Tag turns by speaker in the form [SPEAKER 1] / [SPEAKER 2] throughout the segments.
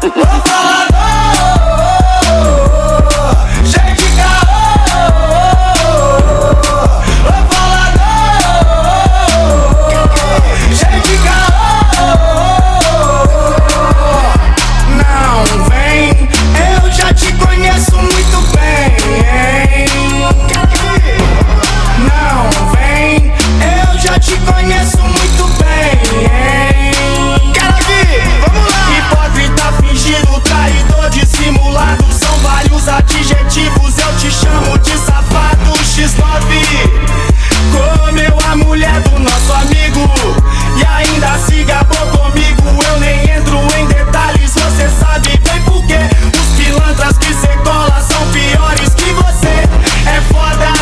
[SPEAKER 1] Vou falar não, cheio de caô. Vou falar não, cheio de caô. Não vem, eu já te conheço muito bem. Não vem, eu já te conheço muito bem. Quero aqui, vamos lá. Hipócrita, fingido, traidor, dissimulado. São vários adjetivos, eu te chamo de safado X9. Comeu a mulher do nosso amigo E ainda se gabou comigo Eu nem entro em detalhes Você sabe bem por quê Os pilantras que cê cola São piores que você É foda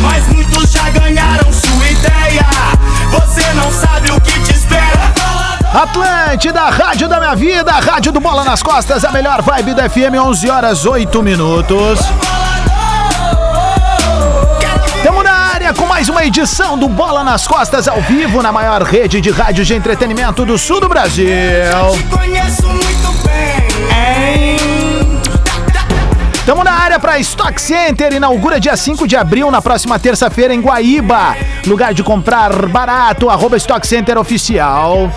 [SPEAKER 1] Mas muitos já ganharam sua ideia Você não sabe o que te espera
[SPEAKER 2] Atlântida, Rádio da Minha Vida, Rádio do Bola nas Costas, a melhor vibe da FM, 11 horas 8 minutos. Estamos na área com mais uma edição do Bola nas Costas ao vivo na maior rede de rádio de entretenimento do sul do Brasil.
[SPEAKER 1] Te conheço muito bem
[SPEAKER 2] Estamos na área para Stock Center, inaugura dia 5 de abril, na próxima terça-feira, em Guaíba. Lugar de comprar barato, arroba Stock Center Oficial.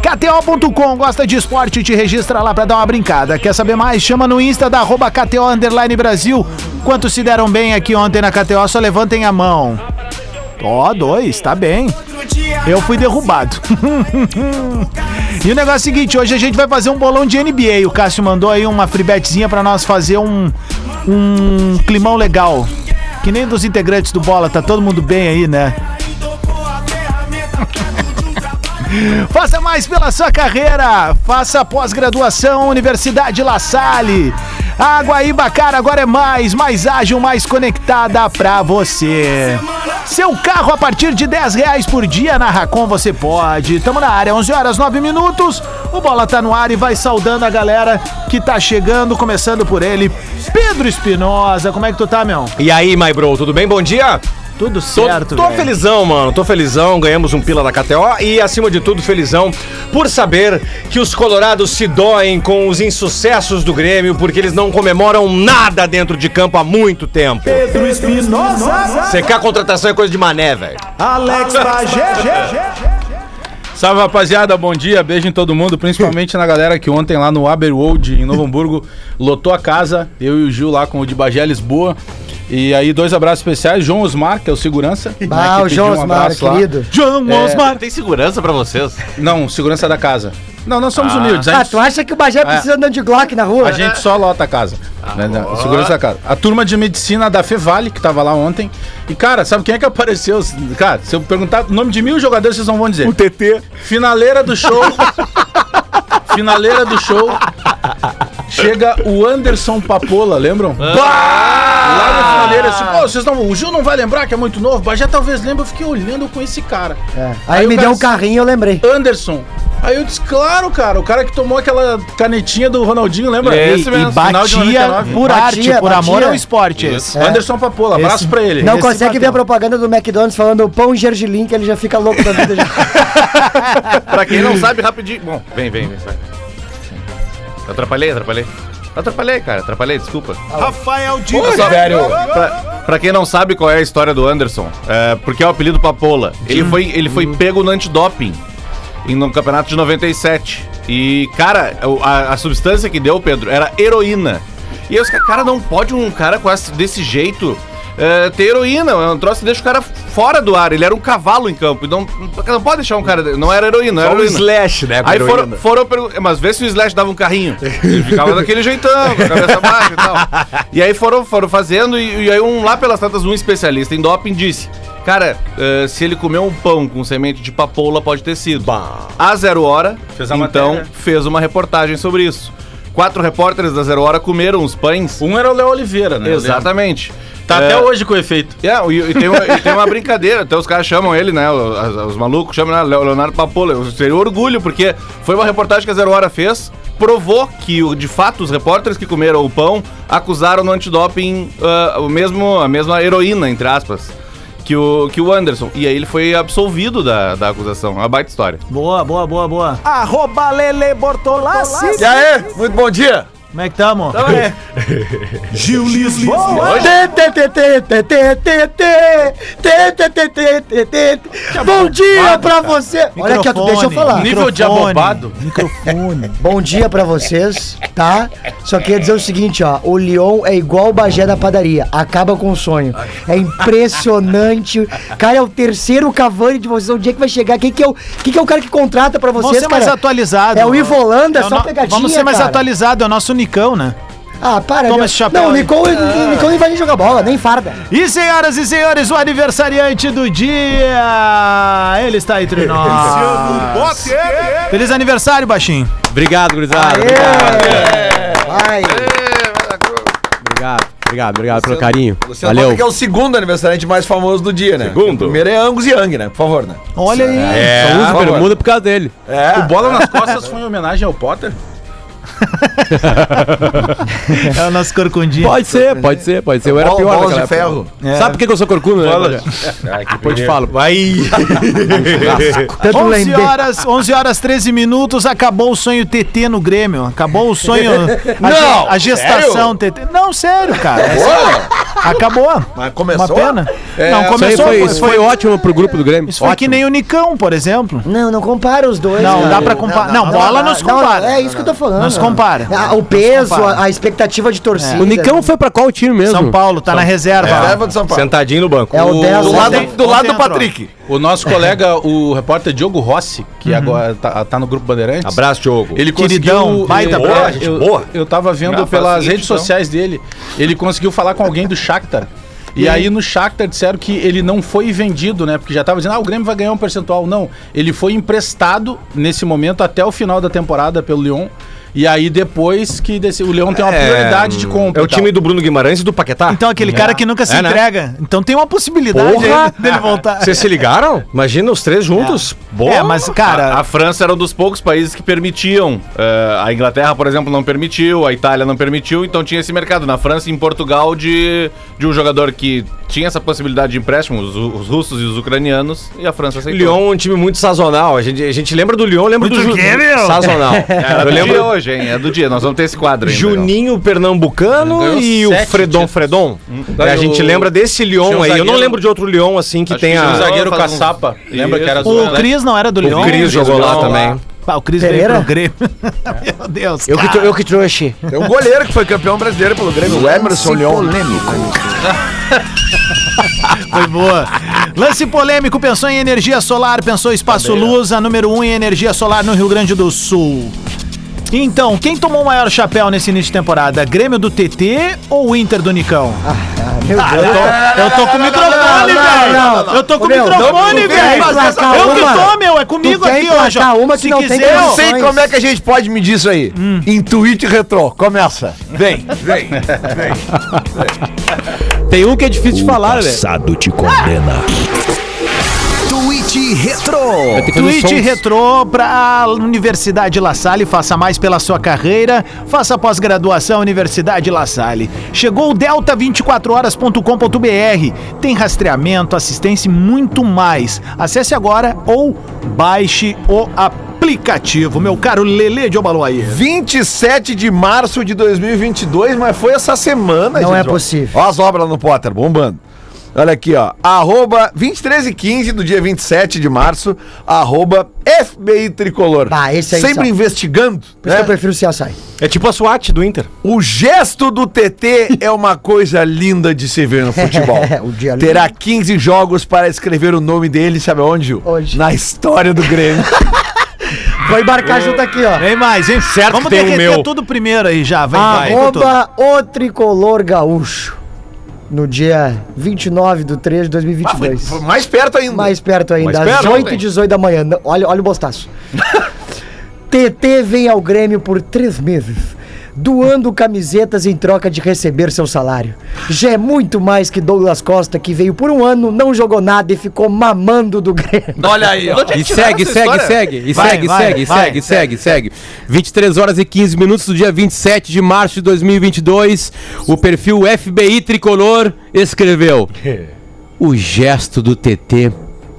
[SPEAKER 2] KTO.com, gosta de esporte, te registra lá para dar uma brincada. Quer saber mais? Chama no Insta da arroba KTO Underline Brasil. Quantos se deram bem aqui ontem na KTO? Só levantem a mão. Ó, dois, tá bem.
[SPEAKER 1] Outro dia
[SPEAKER 2] Eu fui derrubado. e o negócio é o seguinte, hoje a gente vai fazer um bolão de NBA. O Cássio mandou aí uma freebetzinha pra nós fazer um, um climão legal. Que nem dos integrantes do Bola, tá todo mundo bem aí, né?
[SPEAKER 1] E tocou a ferramenta pra de um trabalho
[SPEAKER 2] Faça mais pela sua carreira. Faça pós-graduação Universidade La Salle. A Guaíba, cara, agora é mais, mais ágil, mais conectada pra você. Seu carro a partir de 10 reais por dia na Racon você pode. Tamo na área, 11 horas 9 minutos. O Bola tá no ar e vai saudando a galera que tá chegando, começando por ele. Pedro Espinosa, como é que tu tá, meu?
[SPEAKER 3] E aí, my bro, tudo bem? Bom dia.
[SPEAKER 2] Tudo
[SPEAKER 3] Tô,
[SPEAKER 2] certo,
[SPEAKER 3] tô
[SPEAKER 2] velho.
[SPEAKER 3] felizão, mano. Tô felizão. Ganhamos um pila da KTO e, acima de tudo, felizão por saber que os colorados se doem com os insucessos do Grêmio porque eles não comemoram nada dentro de campo há muito tempo.
[SPEAKER 4] Pedro Espinosa,
[SPEAKER 3] Secar contratação é coisa de mané, velho.
[SPEAKER 4] Alex
[SPEAKER 5] Ah,
[SPEAKER 4] Bagé.
[SPEAKER 5] Salve rapaziada, bom dia, beijo em todo mundo, principalmente na galera que ontem lá no Aberwold, em Novo Hamburgo, lotou a casa, eu e o Gil lá com o de Bagé Lisboa. E aí, dois abraços especiais, João Osmar, que é o segurança. né,
[SPEAKER 6] Ah,
[SPEAKER 5] que
[SPEAKER 6] o
[SPEAKER 5] pediu
[SPEAKER 6] João
[SPEAKER 5] um
[SPEAKER 6] Osmar,
[SPEAKER 5] abraço lá.
[SPEAKER 6] querido.
[SPEAKER 2] João Osmar.
[SPEAKER 7] É. Tem segurança pra vocês?
[SPEAKER 5] Não, segurança da casa. Não, nós somos humildes, a
[SPEAKER 6] Ah, é-
[SPEAKER 5] gente,
[SPEAKER 6] tu acha que
[SPEAKER 2] É.
[SPEAKER 6] o Bagé precisa andando de Glock na rua?
[SPEAKER 5] a gente só lota a casa. né, né, segurança da casa. A turma de medicina da Fevale, que tava lá ontem. E cara, sabe quem é que apareceu? Cara, se eu perguntar o nome de mil jogadores, vocês não vão dizer.
[SPEAKER 2] TT.
[SPEAKER 5] Finaleira do show. Finaleira do show. Chega o Anderson Papola, lembram?
[SPEAKER 2] Ah!
[SPEAKER 5] Lá no finaleira, assim, pô, vocês não, o Gil não vai lembrar que é muito novo, mas já talvez lembra, eu fiquei olhando com esse cara.
[SPEAKER 6] É. Aí, me
[SPEAKER 5] o
[SPEAKER 6] deu
[SPEAKER 5] cara
[SPEAKER 6] um carrinho, eu lembrei.
[SPEAKER 5] disse, Anderson. Aí eu disse, claro, cara, o cara que tomou aquela canetinha do Ronaldinho, lembra?
[SPEAKER 2] É, E,
[SPEAKER 5] Esse É mesmo,
[SPEAKER 2] e
[SPEAKER 5] final de
[SPEAKER 2] batia
[SPEAKER 5] 99.
[SPEAKER 2] por
[SPEAKER 6] Batia,
[SPEAKER 2] arte, por
[SPEAKER 6] batia.
[SPEAKER 2] amor ao esporte.
[SPEAKER 8] É.
[SPEAKER 2] esse.
[SPEAKER 5] Anderson Papola, abraço
[SPEAKER 2] Esse-
[SPEAKER 5] pra ele.
[SPEAKER 6] Não
[SPEAKER 2] esse
[SPEAKER 6] consegue
[SPEAKER 2] bateu.
[SPEAKER 6] ver a propaganda do McDonald's falando pão gergelim, que ele já fica louco da vida. já.
[SPEAKER 7] pra quem não sabe, rapidinho. Bom, vem, vem, vem. Sai. Atrapalhei, atrapalhei. Atrapalhei, cara, atrapalhei, desculpa.
[SPEAKER 2] Rafael Dias.
[SPEAKER 7] Olha só, Pra, pra quem não sabe qual é a história do Anderson, é, porque é o apelido Papola, ele foi, ele
[SPEAKER 2] Hum.
[SPEAKER 7] foi pego no antidoping em, no campeonato de 97. E, cara, o- a, a substância que deu, Pedro, era heroína. E eu disse, cara, não pode um cara com essa- desse jeito é, ter heroína. É um troço que deixa o cara fora do ar. Ele era um cavalo em campo. Não, não pode deixar um cara. Não era heroína, era
[SPEAKER 2] um
[SPEAKER 3] Só o
[SPEAKER 7] heroína.
[SPEAKER 3] slash, né? com
[SPEAKER 7] É Aí
[SPEAKER 3] heroína.
[SPEAKER 7] foram, foram perguntar, mas vê se o Slash dava um carrinho. Ele ficava daquele jeitão, com a cabeça baixa e tal. E aí foram, foram fazendo, e, e aí um lá pelas tantas, um especialista em doping disse. Cara, eh, se ele comeu um pão com semente de papoula, pode ter sido. A Zero Hora,
[SPEAKER 5] Fez a
[SPEAKER 7] então,
[SPEAKER 5] matéria.
[SPEAKER 7] fez uma reportagem sobre isso. Quatro repórteres da Zero Hora comeram os pães.
[SPEAKER 5] Um era o Léo Oliveira, né?
[SPEAKER 7] Exatamente.
[SPEAKER 5] Tá
[SPEAKER 7] Eh,
[SPEAKER 5] até hoje com efeito.
[SPEAKER 7] é, e, e tem uma, e tem uma brincadeira, até os caras chamam ele, né? o- as- Os, malucos chamam né, Leo- Leonardo Papola. Seria um orgulho, porque foi uma reportagem que a Zero Hora fez, provou que, o- de fato, os repórteres que comeram o pão acusaram no antidoping ah, o mesmo, a mesma heroína, entre aspas. que o, que o Anderson. E aí ele foi absolvido da, da acusação. É Uma baita história.
[SPEAKER 2] Boa, boa, boa, boa. Arroba Lele Bortolassi.
[SPEAKER 8] E aí, muito bom dia.
[SPEAKER 2] Como é que tamo?
[SPEAKER 4] Gil Lisboa.
[SPEAKER 6] Bom dia pra você! Olha aqui, ó, tu deixa eu falar.
[SPEAKER 5] Nível de
[SPEAKER 2] Microfone,
[SPEAKER 5] abobado.
[SPEAKER 2] Microfone.
[SPEAKER 6] Bom dia pra vocês, tá? Só queria dizer o seguinte, ó. O Lyon é igual o Bagé da padaria. Acaba com o sonho. É impressionante. Cara, é o terceiro Cavani de vocês. Onde dia que vai chegar? Quem que é o, quem que é o cara que contrata pra vocês,
[SPEAKER 2] Vamos ser
[SPEAKER 6] cara?
[SPEAKER 2] mais atualizado.
[SPEAKER 6] É o Ivolanda,
[SPEAKER 2] É o
[SPEAKER 6] só
[SPEAKER 2] no-
[SPEAKER 6] pegadinha,
[SPEAKER 2] Vamos ser mais
[SPEAKER 6] cara.
[SPEAKER 2] atualizado, é o nosso Nicão, né?
[SPEAKER 6] Ah, para.
[SPEAKER 2] Toma
[SPEAKER 6] meu-
[SPEAKER 2] esse chapéu
[SPEAKER 6] Não, o
[SPEAKER 2] aí. Ah.
[SPEAKER 6] Nicol, o Nicol nem vai nem jogar bola, nem farda.
[SPEAKER 2] E senhoras e senhores, o aniversariante do dia! Ele está entre nós. Feliz aniversário, baixinho.
[SPEAKER 8] Obrigado, gurizada.
[SPEAKER 6] Vai.
[SPEAKER 8] Obrigado, obrigado, obrigado pelo carinho.
[SPEAKER 3] Luciano
[SPEAKER 8] Valeu.
[SPEAKER 3] Potter,
[SPEAKER 8] Que
[SPEAKER 3] que
[SPEAKER 8] é
[SPEAKER 3] é
[SPEAKER 8] o segundo aniversariante mais famoso do dia, né?
[SPEAKER 3] Segundo? O primeiro
[SPEAKER 8] primeiro é Angus e Yang, né? Por favor, né?
[SPEAKER 2] Olha aí.
[SPEAKER 8] É. Só uso bermuda por É. causa dele.
[SPEAKER 5] O Bola nas Costas foi em homenagem ao Potter?
[SPEAKER 2] É o nosso corcundinho.
[SPEAKER 8] Pode ser, pode ser, pode ser. Eu era
[SPEAKER 9] Bola-
[SPEAKER 8] pior
[SPEAKER 9] bolas
[SPEAKER 8] naquela
[SPEAKER 9] de
[SPEAKER 8] época.
[SPEAKER 2] ferro. É.
[SPEAKER 8] Sabe por que que eu sou corcunda, né?
[SPEAKER 5] É,
[SPEAKER 8] Depois te falo.
[SPEAKER 3] Vai.
[SPEAKER 6] Tanto
[SPEAKER 2] 11
[SPEAKER 6] lembrei.
[SPEAKER 2] horas, 11 horas 13 minutos, acabou o sonho TT no Grêmio. Acabou o sonho. A,
[SPEAKER 8] Não,
[SPEAKER 2] ge- a gestação TT. Não, sério, cara. É sério. Acabou.
[SPEAKER 9] Mas começou?
[SPEAKER 2] Uma pena. Não,
[SPEAKER 8] É, Isso aí
[SPEAKER 2] começou.
[SPEAKER 8] foi,
[SPEAKER 2] Foi,
[SPEAKER 8] isso foi ótimo pro grupo do Grêmio.
[SPEAKER 2] isso foi que
[SPEAKER 8] Ótimo.
[SPEAKER 2] nem o Nicão, por exemplo.
[SPEAKER 6] Não, não compara os dois.
[SPEAKER 2] Não,
[SPEAKER 6] cara.
[SPEAKER 2] dá pra comparar. Não, bola nos
[SPEAKER 6] Não,
[SPEAKER 2] compara.
[SPEAKER 6] É isso que eu tô falando.
[SPEAKER 2] Nos compara.
[SPEAKER 6] Ah, o peso,
[SPEAKER 2] compara.
[SPEAKER 6] a, a expectativa de torcida.
[SPEAKER 8] O Nicão foi pra qual time mesmo?
[SPEAKER 2] São Paulo tá na
[SPEAKER 8] É.
[SPEAKER 2] reserva.
[SPEAKER 9] Reserva de São Paulo.
[SPEAKER 3] Sentadinho no banco.
[SPEAKER 6] É o 10.
[SPEAKER 9] Do lado,
[SPEAKER 2] Ontem-
[SPEAKER 9] do, lado
[SPEAKER 2] ontem
[SPEAKER 9] do
[SPEAKER 2] entrou.
[SPEAKER 9] Patrick.
[SPEAKER 5] O nosso colega, o repórter Diogo Rossi, que agora tá, tá no Grupo Bandeirantes.
[SPEAKER 3] Abraço, Diogo.
[SPEAKER 5] Ele
[SPEAKER 2] Queridão,
[SPEAKER 5] conseguiu.
[SPEAKER 2] baita
[SPEAKER 5] eu,
[SPEAKER 3] boa, gente
[SPEAKER 5] eu,
[SPEAKER 3] boa.
[SPEAKER 5] eu tava vendo
[SPEAKER 7] Ah, faz o
[SPEAKER 5] pelas
[SPEAKER 7] seguinte,
[SPEAKER 5] redes
[SPEAKER 7] então.
[SPEAKER 5] sociais dele. Ele conseguiu falar com alguém do Shakhtar. E aí no Shakhtar disseram que ele não foi vendido, né? Porque já tava dizendo, ah, o Grêmio vai ganhar um percentual. Não, ele foi emprestado nesse momento até o final da temporada pelo Lyon. E aí depois que desse- o Lyon tem uma prioridade de compra. tá.
[SPEAKER 3] É o
[SPEAKER 5] e tal.
[SPEAKER 3] time do Bruno Guimarães e do Paquetá.
[SPEAKER 2] Então aquele cara que nunca se
[SPEAKER 3] É, né?
[SPEAKER 2] entrega. Então tem uma possibilidade
[SPEAKER 3] Porra!
[SPEAKER 2] aí dele voltar.
[SPEAKER 3] Vocês se ligaram? Imagina os três juntos. Boa.
[SPEAKER 2] É, mas cara,
[SPEAKER 3] Ah,
[SPEAKER 7] A, a França era um dos poucos países que permitiam. Eh, a Inglaterra, por exemplo, não permitiu, a Itália não permitiu, então tinha esse mercado. Na França e em Portugal, de, de um jogador que tinha essa possibilidade de empréstimo, os, os russos e os ucranianos, e a França
[SPEAKER 3] O
[SPEAKER 7] aceitou.
[SPEAKER 3] Lyon é um time muito sazonal. A gente, a gente lembra do Lyon, lembra do, Ju- Sazonal.
[SPEAKER 7] Era É,
[SPEAKER 3] Eu
[SPEAKER 7] do dia
[SPEAKER 3] lembro
[SPEAKER 7] hoje, hein? É do dia. Nós vamos ter esse quadro ainda.
[SPEAKER 3] Juninho Pernambucano
[SPEAKER 5] Ganhou
[SPEAKER 3] e o
[SPEAKER 5] sete
[SPEAKER 3] Fredon
[SPEAKER 5] títulos.
[SPEAKER 3] Fredon. É, a
[SPEAKER 5] Daí
[SPEAKER 3] gente
[SPEAKER 5] o-
[SPEAKER 3] lembra desse
[SPEAKER 5] tinha um
[SPEAKER 3] Lyon aí. Eu não
[SPEAKER 5] zagueiro-
[SPEAKER 3] lembro de outro Lyon assim que tem
[SPEAKER 7] que
[SPEAKER 5] O
[SPEAKER 7] tinha um
[SPEAKER 3] a.
[SPEAKER 5] zagueiro
[SPEAKER 7] Faz uns-
[SPEAKER 5] Caçapa. Lembra
[SPEAKER 7] Isso.
[SPEAKER 5] que era né? do
[SPEAKER 2] o
[SPEAKER 5] Atlético?
[SPEAKER 2] Cris não era do Leão.
[SPEAKER 3] O Cris jogou lá
[SPEAKER 5] Leão.
[SPEAKER 3] também.
[SPEAKER 2] Pá, o Cris veio
[SPEAKER 6] Pereira?
[SPEAKER 2] pro Grêmio. Meu Deus.
[SPEAKER 8] Eu que, tro- eu que trouxe.
[SPEAKER 9] Tem um goleiro que foi campeão brasileiro pelo Grêmio, o Emerson Leon.
[SPEAKER 2] Foi boa. Lance polêmico, pensou em energia solar, pensou Espaço Luz, a número 1 um em energia solar no Rio Grande do Sul. Então, quem tomou o maior chapéu nesse início de temporada? Grêmio do TT ou Inter do Nicão?
[SPEAKER 6] Ah,
[SPEAKER 2] Ah,
[SPEAKER 6] Meu Deus.
[SPEAKER 2] eu tô com o microfone, velho! Eu tô com o
[SPEAKER 6] Meu,
[SPEAKER 2] microfone,
[SPEAKER 6] tu quer
[SPEAKER 2] velho!
[SPEAKER 6] emplacar
[SPEAKER 2] Eu que
[SPEAKER 6] uma?
[SPEAKER 2] tô, meu! É comigo
[SPEAKER 6] quer
[SPEAKER 2] aqui, ó! Jô.
[SPEAKER 6] emplacar uma que
[SPEAKER 2] Se
[SPEAKER 6] não tem
[SPEAKER 2] quiser,
[SPEAKER 9] Não
[SPEAKER 2] ó,
[SPEAKER 9] sei como é que a gente pode medir isso aí. Intuit retrô. Começa. Vem. Vem.
[SPEAKER 8] Tem um que é difícil de falar, né?
[SPEAKER 10] Passado te condena. Twitch Retro.
[SPEAKER 2] Tweet retrô para a Universidade La Salle, faça mais pela sua carreira, faça pós-graduação Universidade La Salle. Chegou o delta24horas.com.br, tem rastreamento, assistência e muito mais. Acesse agora ou baixe o aplicativo. Meu caro Lele de Obaloaí.
[SPEAKER 9] 27 de março de 2022, mas foi essa semana,
[SPEAKER 6] Não é
[SPEAKER 9] ó.
[SPEAKER 6] possível.
[SPEAKER 9] Ó as obras no Potter, bombando. Olha aqui, ó. Arroba 23 e 15 do dia 27 de março, arroba FBI Tricolor.
[SPEAKER 6] Bah, esse aí
[SPEAKER 9] Sempre
[SPEAKER 6] sabe.
[SPEAKER 9] investigando,
[SPEAKER 6] Por isso que eu
[SPEAKER 9] né?
[SPEAKER 6] prefiro o CSI.
[SPEAKER 3] É tipo a SWAT do Inter.
[SPEAKER 9] O gesto do TT é uma coisa linda de se ver no futebol.
[SPEAKER 6] É, O dia lindo.
[SPEAKER 9] Terá 15 jogos para escrever o nome dele, sabe aonde, Gil?
[SPEAKER 6] Onde?
[SPEAKER 9] Na história do Grêmio.
[SPEAKER 6] Vou embarcar junto aqui, ó.
[SPEAKER 2] Vem mais, hein? Certo Vamos
[SPEAKER 3] que tem o
[SPEAKER 2] derreter
[SPEAKER 3] meu.
[SPEAKER 2] tudo primeiro aí já,
[SPEAKER 6] Ah,
[SPEAKER 2] vem, vai.
[SPEAKER 6] Arroba o tricolor gaúcho. No dia 29 de
[SPEAKER 2] Ah,
[SPEAKER 6] 3 de 2022.
[SPEAKER 9] mais perto ainda.
[SPEAKER 6] Tá Mais perto ainda, às
[SPEAKER 3] perto,
[SPEAKER 6] 8
[SPEAKER 3] ontem.
[SPEAKER 6] e 18 da manhã. Não, Olha, olha o bostaço. TT vem ao Grêmio por três meses, doando camisetas em troca de receber seu salário. Já é muito mais que Douglas Costa, que veio por um ano, não jogou nada e ficou mamando do Grêmio.
[SPEAKER 9] Olha aí, ó.
[SPEAKER 8] E segue, segue, segue, e
[SPEAKER 2] Vai,
[SPEAKER 8] segue,
[SPEAKER 2] vai,
[SPEAKER 8] segue,
[SPEAKER 2] vai,
[SPEAKER 8] segue, segue, segue. 23 horas e 15 minutos do dia 27 de março de 2022, o perfil FBI Tricolor escreveu: O gesto do TT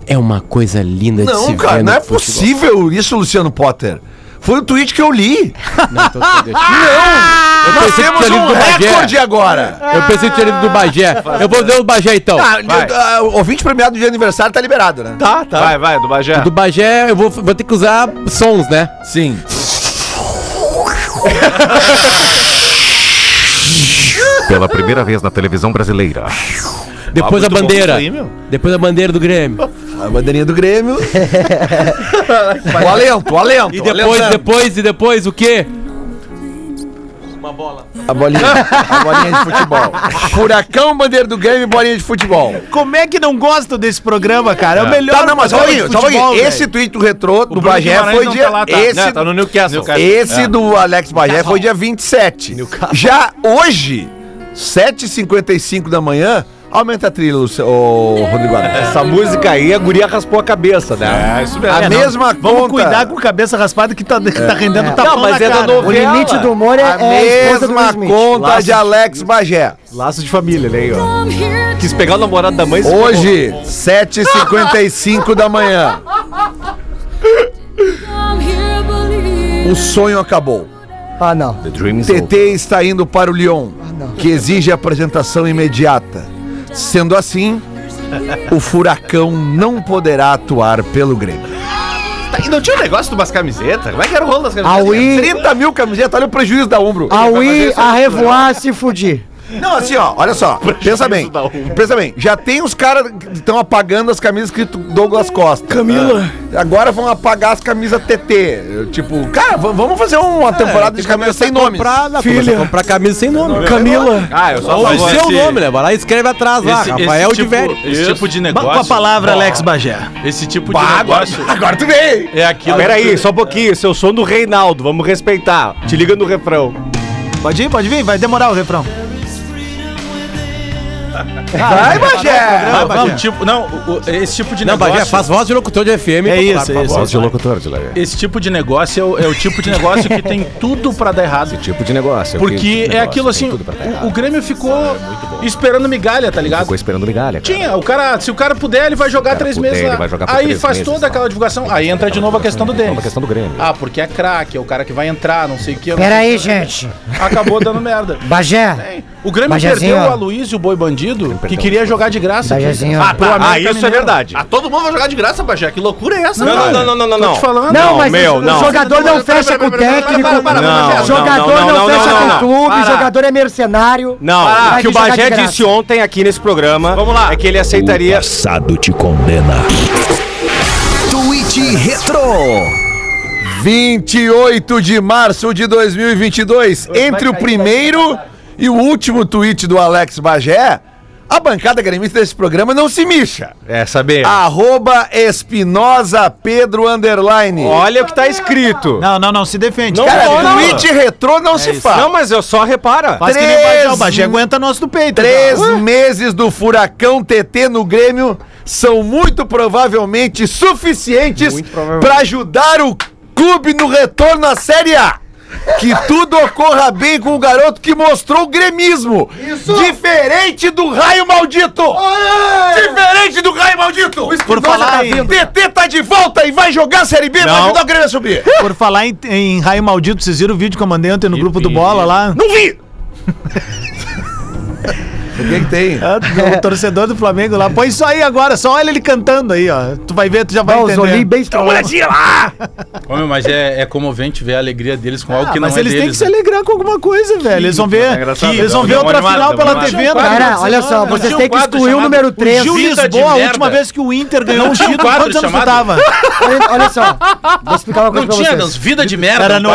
[SPEAKER 8] é uma coisa linda de se
[SPEAKER 7] Não,
[SPEAKER 8] ver
[SPEAKER 7] cara,
[SPEAKER 8] no
[SPEAKER 7] não é
[SPEAKER 8] futebol.
[SPEAKER 7] possível isso, Luciano Potter. Foi o tweet que eu li.
[SPEAKER 8] Não, então você deixa. Eu
[SPEAKER 7] Nós
[SPEAKER 8] pensei que
[SPEAKER 7] temos
[SPEAKER 8] tinha
[SPEAKER 7] um
[SPEAKER 8] lido do Bagé.
[SPEAKER 7] recorde agora.
[SPEAKER 8] Eu pensei que tinha lido do Bagé. Eu vou ler o do Bagé então.
[SPEAKER 7] Ah,
[SPEAKER 8] Vai.
[SPEAKER 7] ah, o ouvinte premiado de aniversário tá liberado, né?
[SPEAKER 11] Tá, tá. Vai, vai, do Bagé.
[SPEAKER 8] O do Bagé eu vou, vou ter que usar sons, né?
[SPEAKER 7] Sim.
[SPEAKER 12] Pela primeira vez na televisão brasileira.
[SPEAKER 8] Depois
[SPEAKER 12] Ah,
[SPEAKER 8] a
[SPEAKER 12] muito bom
[SPEAKER 8] bandeira.
[SPEAKER 12] isso aí, meu.
[SPEAKER 8] Depois a bandeira do Grêmio.
[SPEAKER 7] A bandeirinha do Grêmio. o alento, o alento.
[SPEAKER 8] E
[SPEAKER 7] o
[SPEAKER 8] depois,
[SPEAKER 7] alentando.
[SPEAKER 8] depois, e depois o quê?
[SPEAKER 7] A bolinha, a bolinha de futebol. Furacão, bandeira do Grêmio e bolinha de futebol.
[SPEAKER 2] Como é que não gosto desse programa, cara? É o melhor
[SPEAKER 7] Tá, não, mas olha
[SPEAKER 2] programa de
[SPEAKER 7] aí, só um
[SPEAKER 2] futebol,
[SPEAKER 7] pouquinho. Esse
[SPEAKER 2] velho.
[SPEAKER 7] tweet do retrô do
[SPEAKER 2] Bruno
[SPEAKER 7] Bagé
[SPEAKER 2] Guimarães
[SPEAKER 7] foi
[SPEAKER 2] não
[SPEAKER 7] dia.
[SPEAKER 2] tá lá, tá.
[SPEAKER 7] Esse,
[SPEAKER 2] Não, tá no Newcastle.
[SPEAKER 7] esse
[SPEAKER 2] É.
[SPEAKER 7] do Alex Bagé foi dia 27. Já hoje, 7h55 da manhã, aumenta a trilha, Luci- ô, Rodrigo Adams.
[SPEAKER 3] Essa música aí, a guria raspou a cabeça, né?
[SPEAKER 7] É, isso mesmo. A
[SPEAKER 2] É, não.
[SPEAKER 7] mesma
[SPEAKER 2] Vamos
[SPEAKER 7] conta.
[SPEAKER 2] cuidar com cabeça raspada que tá, que tá rendendo
[SPEAKER 7] É.
[SPEAKER 2] tapão
[SPEAKER 7] Não, mas
[SPEAKER 2] na
[SPEAKER 7] é da
[SPEAKER 2] cara.
[SPEAKER 7] novela.
[SPEAKER 6] O limite do humor é,
[SPEAKER 7] A
[SPEAKER 6] é a esposa do Will
[SPEAKER 7] mesma
[SPEAKER 6] Smith.
[SPEAKER 7] conta
[SPEAKER 3] Laço
[SPEAKER 7] de
[SPEAKER 3] de-
[SPEAKER 7] Alex Bagé.
[SPEAKER 3] Laço de família, né? aí, ó. Quis pegar o namorado da mãe. se
[SPEAKER 7] Hoje, 7h55 da manhã, o sonho acabou.
[SPEAKER 6] Ah, não.
[SPEAKER 7] TT está indo para o Lyon, que exige apresentação imediata. Sendo assim, o Furacão não poderá atuar pelo Grêmio.
[SPEAKER 11] Tá, E não tinha o negócio de umas camisetas? Como é que era o rolo das camisetas?
[SPEAKER 6] Aui,
[SPEAKER 7] 30 mil camisetas, olha o prejuízo da Umbro.
[SPEAKER 6] Aui, a revoar, se fudir.
[SPEAKER 7] Não, assim, ó, olha só. Pensa bem. Pensa bem. Já tem os caras que estão apagando as camisas escrito Douglas Costa. Camila. Agora vão apagar as camisas TT. Eu, Tipo, cara, v- vamos fazer uma temporada de camisas sem nomes.
[SPEAKER 8] Filha. Comprar camisa sem nome.
[SPEAKER 2] Camila.
[SPEAKER 11] Ah, eu só
[SPEAKER 8] Ou
[SPEAKER 11] falo
[SPEAKER 8] o seu
[SPEAKER 11] esse-
[SPEAKER 8] nome, né? Vai lá e escreve atrás lá.
[SPEAKER 5] Esse- esse
[SPEAKER 8] Rafael de
[SPEAKER 5] tipo-
[SPEAKER 8] Velho.
[SPEAKER 5] Esse tipo de negócio.
[SPEAKER 2] Com a palavra, Alex Bagé.
[SPEAKER 5] Esse tipo
[SPEAKER 11] Bah,
[SPEAKER 5] de
[SPEAKER 11] agora,
[SPEAKER 5] negócio
[SPEAKER 11] agora tu vem!
[SPEAKER 5] é aquilo.
[SPEAKER 3] Peraí, só um pouquinho. Esse é o som do Reinaldo. Vamos respeitar. Te liga no refrão.
[SPEAKER 2] Pode ir, pode vir, vai demorar o refrão.
[SPEAKER 7] Vai,
[SPEAKER 2] é
[SPEAKER 7] Bagé!
[SPEAKER 5] Ah, não, tipo, não, o- esse tipo de
[SPEAKER 8] Não, é
[SPEAKER 5] negócio.
[SPEAKER 8] Bagé, faz voz de locutor de FM.
[SPEAKER 2] É
[SPEAKER 8] popular,
[SPEAKER 2] isso,
[SPEAKER 7] Tá
[SPEAKER 8] por
[SPEAKER 2] é
[SPEAKER 8] favor.
[SPEAKER 2] isso.
[SPEAKER 12] Voz de locutor de leve.
[SPEAKER 5] Esse tipo de negócio é o, é o tipo de negócio que tem tudo pra dar errado.
[SPEAKER 12] Tipo de negócio. é o que-
[SPEAKER 5] Porque
[SPEAKER 12] tipo de
[SPEAKER 5] é
[SPEAKER 12] negócio,
[SPEAKER 5] aquilo
[SPEAKER 12] tem
[SPEAKER 5] assim,
[SPEAKER 12] tudo pra dar
[SPEAKER 5] o,
[SPEAKER 12] errado.
[SPEAKER 5] o Grêmio ficou esperando migalha, tá ligado?
[SPEAKER 12] Ficou esperando migalha. cara.
[SPEAKER 5] Tinha, o cara, se o cara puder, ele vai jogar
[SPEAKER 12] cara
[SPEAKER 5] três
[SPEAKER 12] puder,
[SPEAKER 5] meses
[SPEAKER 12] ele
[SPEAKER 5] lá.
[SPEAKER 12] vai jogar por
[SPEAKER 5] aí
[SPEAKER 12] três
[SPEAKER 5] faz
[SPEAKER 12] meses,
[SPEAKER 5] toda
[SPEAKER 12] tá?
[SPEAKER 5] aquela divulgação. Aí entra de novo a questão do Denis.
[SPEAKER 12] Nova questão do Grêmio.
[SPEAKER 5] Ah, porque é craque, é o cara que vai entrar, não sei o que.
[SPEAKER 6] Pera aí, gente.
[SPEAKER 5] Acabou dando merda.
[SPEAKER 6] Bagé.
[SPEAKER 5] O Grêmio
[SPEAKER 6] Bajazinho,
[SPEAKER 5] perdeu o
[SPEAKER 6] ó.
[SPEAKER 5] Aloysio, o boi bandido, que queria jogar de graça. aqui.
[SPEAKER 6] Bajazinho, ó.
[SPEAKER 5] Ah, tá.
[SPEAKER 3] Ah, isso é verdade.
[SPEAKER 11] Ah, todo mundo vai jogar de graça, Bagé. Que loucura é essa,
[SPEAKER 5] Não,
[SPEAKER 11] cara?
[SPEAKER 5] não, não,
[SPEAKER 3] não,
[SPEAKER 5] Tô te falando.
[SPEAKER 6] Não, mas é
[SPEAKER 3] meu,
[SPEAKER 6] o
[SPEAKER 3] não.
[SPEAKER 6] jogador não fecha com o técnico.
[SPEAKER 11] Para, para, para, para, para.
[SPEAKER 6] Jogador
[SPEAKER 3] Não, não,
[SPEAKER 6] não
[SPEAKER 3] não,
[SPEAKER 6] fecha
[SPEAKER 3] não,
[SPEAKER 6] com o
[SPEAKER 3] não.
[SPEAKER 6] clube,
[SPEAKER 11] Para.
[SPEAKER 6] jogador é mercenário.
[SPEAKER 3] Não,
[SPEAKER 6] Vai
[SPEAKER 3] o que o
[SPEAKER 6] jogar de
[SPEAKER 3] Bagé
[SPEAKER 6] graça.
[SPEAKER 3] disse ontem aqui nesse programa Vamos lá. é que ele
[SPEAKER 12] O
[SPEAKER 3] aceitaria.
[SPEAKER 12] passado te condena.
[SPEAKER 13] Tweet Retro.
[SPEAKER 7] 28 de março de 2022, entre o primeiro e o último tweet do Alex Bagé, a bancada gremista desse programa não se mixa.
[SPEAKER 3] É, saber.
[SPEAKER 7] Arroba Espinosa Pedro Underline.
[SPEAKER 3] Olha o que tá escrito.
[SPEAKER 2] Não, não, não, se defende.
[SPEAKER 3] Não,
[SPEAKER 7] Cara,
[SPEAKER 3] não,
[SPEAKER 7] tweet retrô não se faz.
[SPEAKER 3] É Não, mas eu só repara.
[SPEAKER 2] Faz que nem o Bagé, o
[SPEAKER 7] Três-
[SPEAKER 2] Bagé aguenta então. nosso do peito.
[SPEAKER 7] Três
[SPEAKER 2] Ué?
[SPEAKER 7] meses do furacão TT no Grêmio são muito provavelmente suficientes para ajudar o clube no retorno à Série A. Que tudo ocorra bem com o garoto que mostrou o gremismo. Diferente do raio maldito! Diferente do raio maldito! Por
[SPEAKER 3] tá
[SPEAKER 2] falar em-
[SPEAKER 7] o TT tá de volta e vai jogar a Série B, vai
[SPEAKER 3] Não.
[SPEAKER 7] ajudar o Grêmio a subir.
[SPEAKER 2] Por falar em, em raio maldito, vocês viram o vídeo que eu mandei ontem no grupo do Bola lá?
[SPEAKER 7] Não vi! o que, que tem?
[SPEAKER 2] Ah, O torcedor do Flamengo lá. Põe isso aí agora, só olha ele cantando aí, ó. Tu vai ver, tu já vai
[SPEAKER 6] Não, o Zolim
[SPEAKER 2] entender.
[SPEAKER 6] bem estourado.
[SPEAKER 5] Homem, mas é, é comovente ver a alegria deles com algo
[SPEAKER 2] Ah,
[SPEAKER 5] que não
[SPEAKER 2] mas
[SPEAKER 5] é
[SPEAKER 2] eles têm que
[SPEAKER 5] deles.
[SPEAKER 2] se alegrar com alguma coisa, velho. Eles vão ver,
[SPEAKER 11] engraçado,
[SPEAKER 2] eles vão
[SPEAKER 11] dá
[SPEAKER 2] ver
[SPEAKER 11] uma
[SPEAKER 2] outra
[SPEAKER 11] animada,
[SPEAKER 2] final
[SPEAKER 11] dá
[SPEAKER 2] pela né?
[SPEAKER 11] uma
[SPEAKER 2] TV,
[SPEAKER 5] animada.
[SPEAKER 2] cara.
[SPEAKER 6] Cara, olha só,
[SPEAKER 5] Não
[SPEAKER 6] vocês
[SPEAKER 5] tinha
[SPEAKER 6] têm
[SPEAKER 5] um
[SPEAKER 6] que
[SPEAKER 5] quadro
[SPEAKER 6] excluir o
[SPEAKER 5] chamado
[SPEAKER 6] número 3.
[SPEAKER 2] Gil
[SPEAKER 5] Vida de
[SPEAKER 2] Lisboa, é a
[SPEAKER 5] merda.
[SPEAKER 2] última vez que o Inter ganhou o
[SPEAKER 5] tinha um
[SPEAKER 2] título,
[SPEAKER 5] quadro
[SPEAKER 2] quantos anos tu
[SPEAKER 5] chamado-
[SPEAKER 2] tava?
[SPEAKER 6] Olha, olha só, vou explicar uma
[SPEAKER 5] Não
[SPEAKER 6] coisa pra
[SPEAKER 5] tinha,
[SPEAKER 6] vocês.
[SPEAKER 5] Deus, vida de merda. é
[SPEAKER 2] Era no,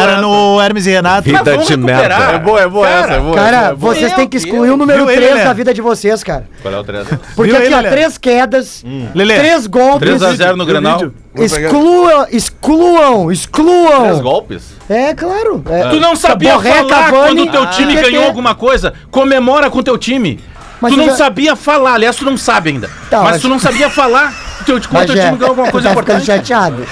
[SPEAKER 2] era no Hermes e Renato.
[SPEAKER 5] Mas vamos
[SPEAKER 12] de merda.
[SPEAKER 5] recuperar.
[SPEAKER 12] É
[SPEAKER 11] boa, é boa
[SPEAKER 5] Cara,
[SPEAKER 11] essa, é boa. essa,
[SPEAKER 5] né?
[SPEAKER 6] Cara,
[SPEAKER 11] é boa.
[SPEAKER 6] vocês têm que excluir o número
[SPEAKER 2] Viu ele,
[SPEAKER 6] 3
[SPEAKER 2] Lelé?
[SPEAKER 6] da vida de vocês, cara.
[SPEAKER 11] Qual é o trecho?
[SPEAKER 6] Porque
[SPEAKER 2] Viu
[SPEAKER 6] aqui,
[SPEAKER 2] ele,
[SPEAKER 6] ó,
[SPEAKER 2] Lelé?
[SPEAKER 6] três quedas,
[SPEAKER 5] Hum.
[SPEAKER 2] Lelê.
[SPEAKER 6] três golpes.
[SPEAKER 5] 3x0 no Grenal.
[SPEAKER 6] Excluam, excluam,
[SPEAKER 11] Três
[SPEAKER 6] excluam.
[SPEAKER 11] golpes?
[SPEAKER 6] É, claro.
[SPEAKER 3] Ah.
[SPEAKER 6] É.
[SPEAKER 5] Tu não sabia
[SPEAKER 6] Borré,
[SPEAKER 5] falar
[SPEAKER 6] Cavani,
[SPEAKER 5] quando o teu time
[SPEAKER 6] TT.
[SPEAKER 5] ganhou alguma coisa? Comemora com o teu time.
[SPEAKER 6] Mas
[SPEAKER 5] tu
[SPEAKER 6] eu
[SPEAKER 5] não
[SPEAKER 6] já-
[SPEAKER 5] sabia falar, aliás, tu não sabe ainda.
[SPEAKER 6] Tá,
[SPEAKER 5] mas
[SPEAKER 6] mas-
[SPEAKER 5] tu não sabia falar. teu, teu
[SPEAKER 6] Mas é,
[SPEAKER 5] time ganhou alguma coisa
[SPEAKER 6] tá ficando chateado.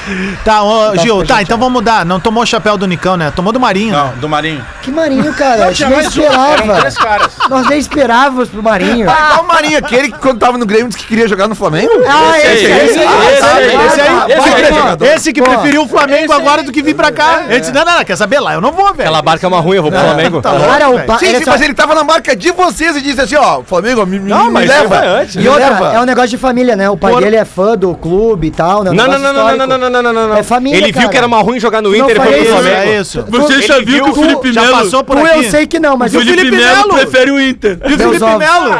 [SPEAKER 2] Tá, ô,
[SPEAKER 6] Tá
[SPEAKER 2] Gil,
[SPEAKER 6] ficando
[SPEAKER 2] tá, então vamos mudar. Não tomou o chapéu do Nicão, né? Tomou do Marinho.
[SPEAKER 5] Não, do Marinho.
[SPEAKER 6] Que Marinho, cara? A gente nem esperava. Nós nem esperávamos pro Marinho.
[SPEAKER 9] Ah, qual o Marinho, aquele que quando tava no Grêmio disse que queria jogar no Flamengo?
[SPEAKER 6] Ah, esse,
[SPEAKER 2] aí,
[SPEAKER 6] esse,
[SPEAKER 2] esse aí, esse aí, esse aí, esse que
[SPEAKER 6] Pô,
[SPEAKER 2] preferiu o Flamengo agora do que vir pra
[SPEAKER 5] É,
[SPEAKER 2] cá. Ele disse, não, não, não, quer saber lá? Eu não vou, velho.
[SPEAKER 3] Aquela barca é uma ruim, eu vou pro Flamengo.
[SPEAKER 2] Tá louco,
[SPEAKER 6] Cara, o
[SPEAKER 2] velho.
[SPEAKER 6] ba-
[SPEAKER 9] Sim,
[SPEAKER 6] ele
[SPEAKER 9] sim,
[SPEAKER 6] só-
[SPEAKER 9] mas ele tava na marca de vocês e disse assim, ó, Flamengo, me, me,
[SPEAKER 3] Não,
[SPEAKER 9] me
[SPEAKER 3] mas
[SPEAKER 9] leva.
[SPEAKER 3] foi antes.
[SPEAKER 9] Me
[SPEAKER 6] E outra,
[SPEAKER 9] leva.
[SPEAKER 6] é um negócio de família, né? O pai
[SPEAKER 2] Por-
[SPEAKER 6] dele é fã do clube e tal, né? Um
[SPEAKER 3] Não, não,
[SPEAKER 6] negócio
[SPEAKER 3] não, não, não,
[SPEAKER 6] histórico.
[SPEAKER 3] não, não, não, não, não.
[SPEAKER 6] É família,
[SPEAKER 3] Ele viu
[SPEAKER 6] cara.
[SPEAKER 3] que era uma ruim jogar no
[SPEAKER 6] Não
[SPEAKER 3] Inter e foi
[SPEAKER 6] falei
[SPEAKER 3] pro
[SPEAKER 2] Isso,
[SPEAKER 3] Flamengo.
[SPEAKER 2] é isso.
[SPEAKER 3] Ele
[SPEAKER 4] Você já viu que o
[SPEAKER 3] viu-
[SPEAKER 4] Felipe
[SPEAKER 2] Já
[SPEAKER 4] Melo.
[SPEAKER 2] passou por
[SPEAKER 6] Tu Um eu
[SPEAKER 2] aqui.
[SPEAKER 6] sei que não, mas
[SPEAKER 4] O
[SPEAKER 6] o
[SPEAKER 4] Felipe
[SPEAKER 2] Felipe
[SPEAKER 4] Melo
[SPEAKER 2] Melo.
[SPEAKER 4] prefere o Inter.
[SPEAKER 2] E o Felipe
[SPEAKER 6] ovos.
[SPEAKER 2] Melo?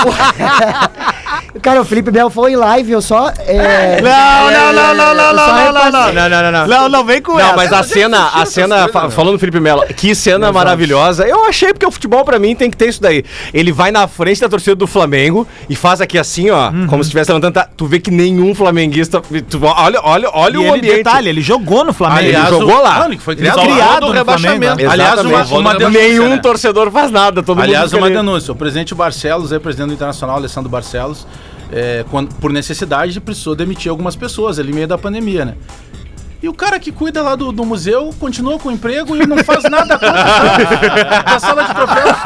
[SPEAKER 6] Cara, o Felipe Melo foi em live, eu só. É...
[SPEAKER 2] Não, não, não, não, não, não,
[SPEAKER 6] Só
[SPEAKER 2] não, não, não.
[SPEAKER 6] repassei.
[SPEAKER 3] Não, não, não, não.
[SPEAKER 2] Não, não, vem com
[SPEAKER 3] Não,
[SPEAKER 2] essa.
[SPEAKER 3] mas a cena, a cena, fa- falando do Felipe Melo, que cena maravilhosa. Eu achei porque o futebol pra mim tem que ter isso daí. Ele vai na frente da torcida do Flamengo e faz aqui assim, ó,
[SPEAKER 2] Uhum.
[SPEAKER 3] como se estivesse levantando. tá? Tu vê que nenhum flamenguista. tu- olha, olha, olha
[SPEAKER 2] E
[SPEAKER 3] o
[SPEAKER 2] ele,
[SPEAKER 3] ambiente.
[SPEAKER 2] detalhe, ele jogou no Flamengo.
[SPEAKER 3] Aliás,
[SPEAKER 2] ele jogou
[SPEAKER 3] o-
[SPEAKER 2] lá.
[SPEAKER 3] Ah,
[SPEAKER 5] ele foi
[SPEAKER 2] Ele
[SPEAKER 5] criado né?
[SPEAKER 2] foi
[SPEAKER 5] lá
[SPEAKER 2] criado
[SPEAKER 5] do
[SPEAKER 2] no
[SPEAKER 5] rebaixamento.
[SPEAKER 2] Flamengo.
[SPEAKER 5] Aliás, uma-
[SPEAKER 3] Exatamente.
[SPEAKER 5] uma denúncia,
[SPEAKER 3] nenhum
[SPEAKER 5] né?
[SPEAKER 3] torcedor faz nada. Todo
[SPEAKER 5] Aliás,
[SPEAKER 3] mundo
[SPEAKER 5] uma
[SPEAKER 3] fica ali.
[SPEAKER 5] denúncia. O presidente Barcelos, é presidente do Internacional, Alessandro Barcelos, é, quando- por necessidade, precisou demitir algumas pessoas ali no meio da pandemia, né? E o cara que cuida lá do, do museu continua com o emprego e não faz nada contra a sala de troféus.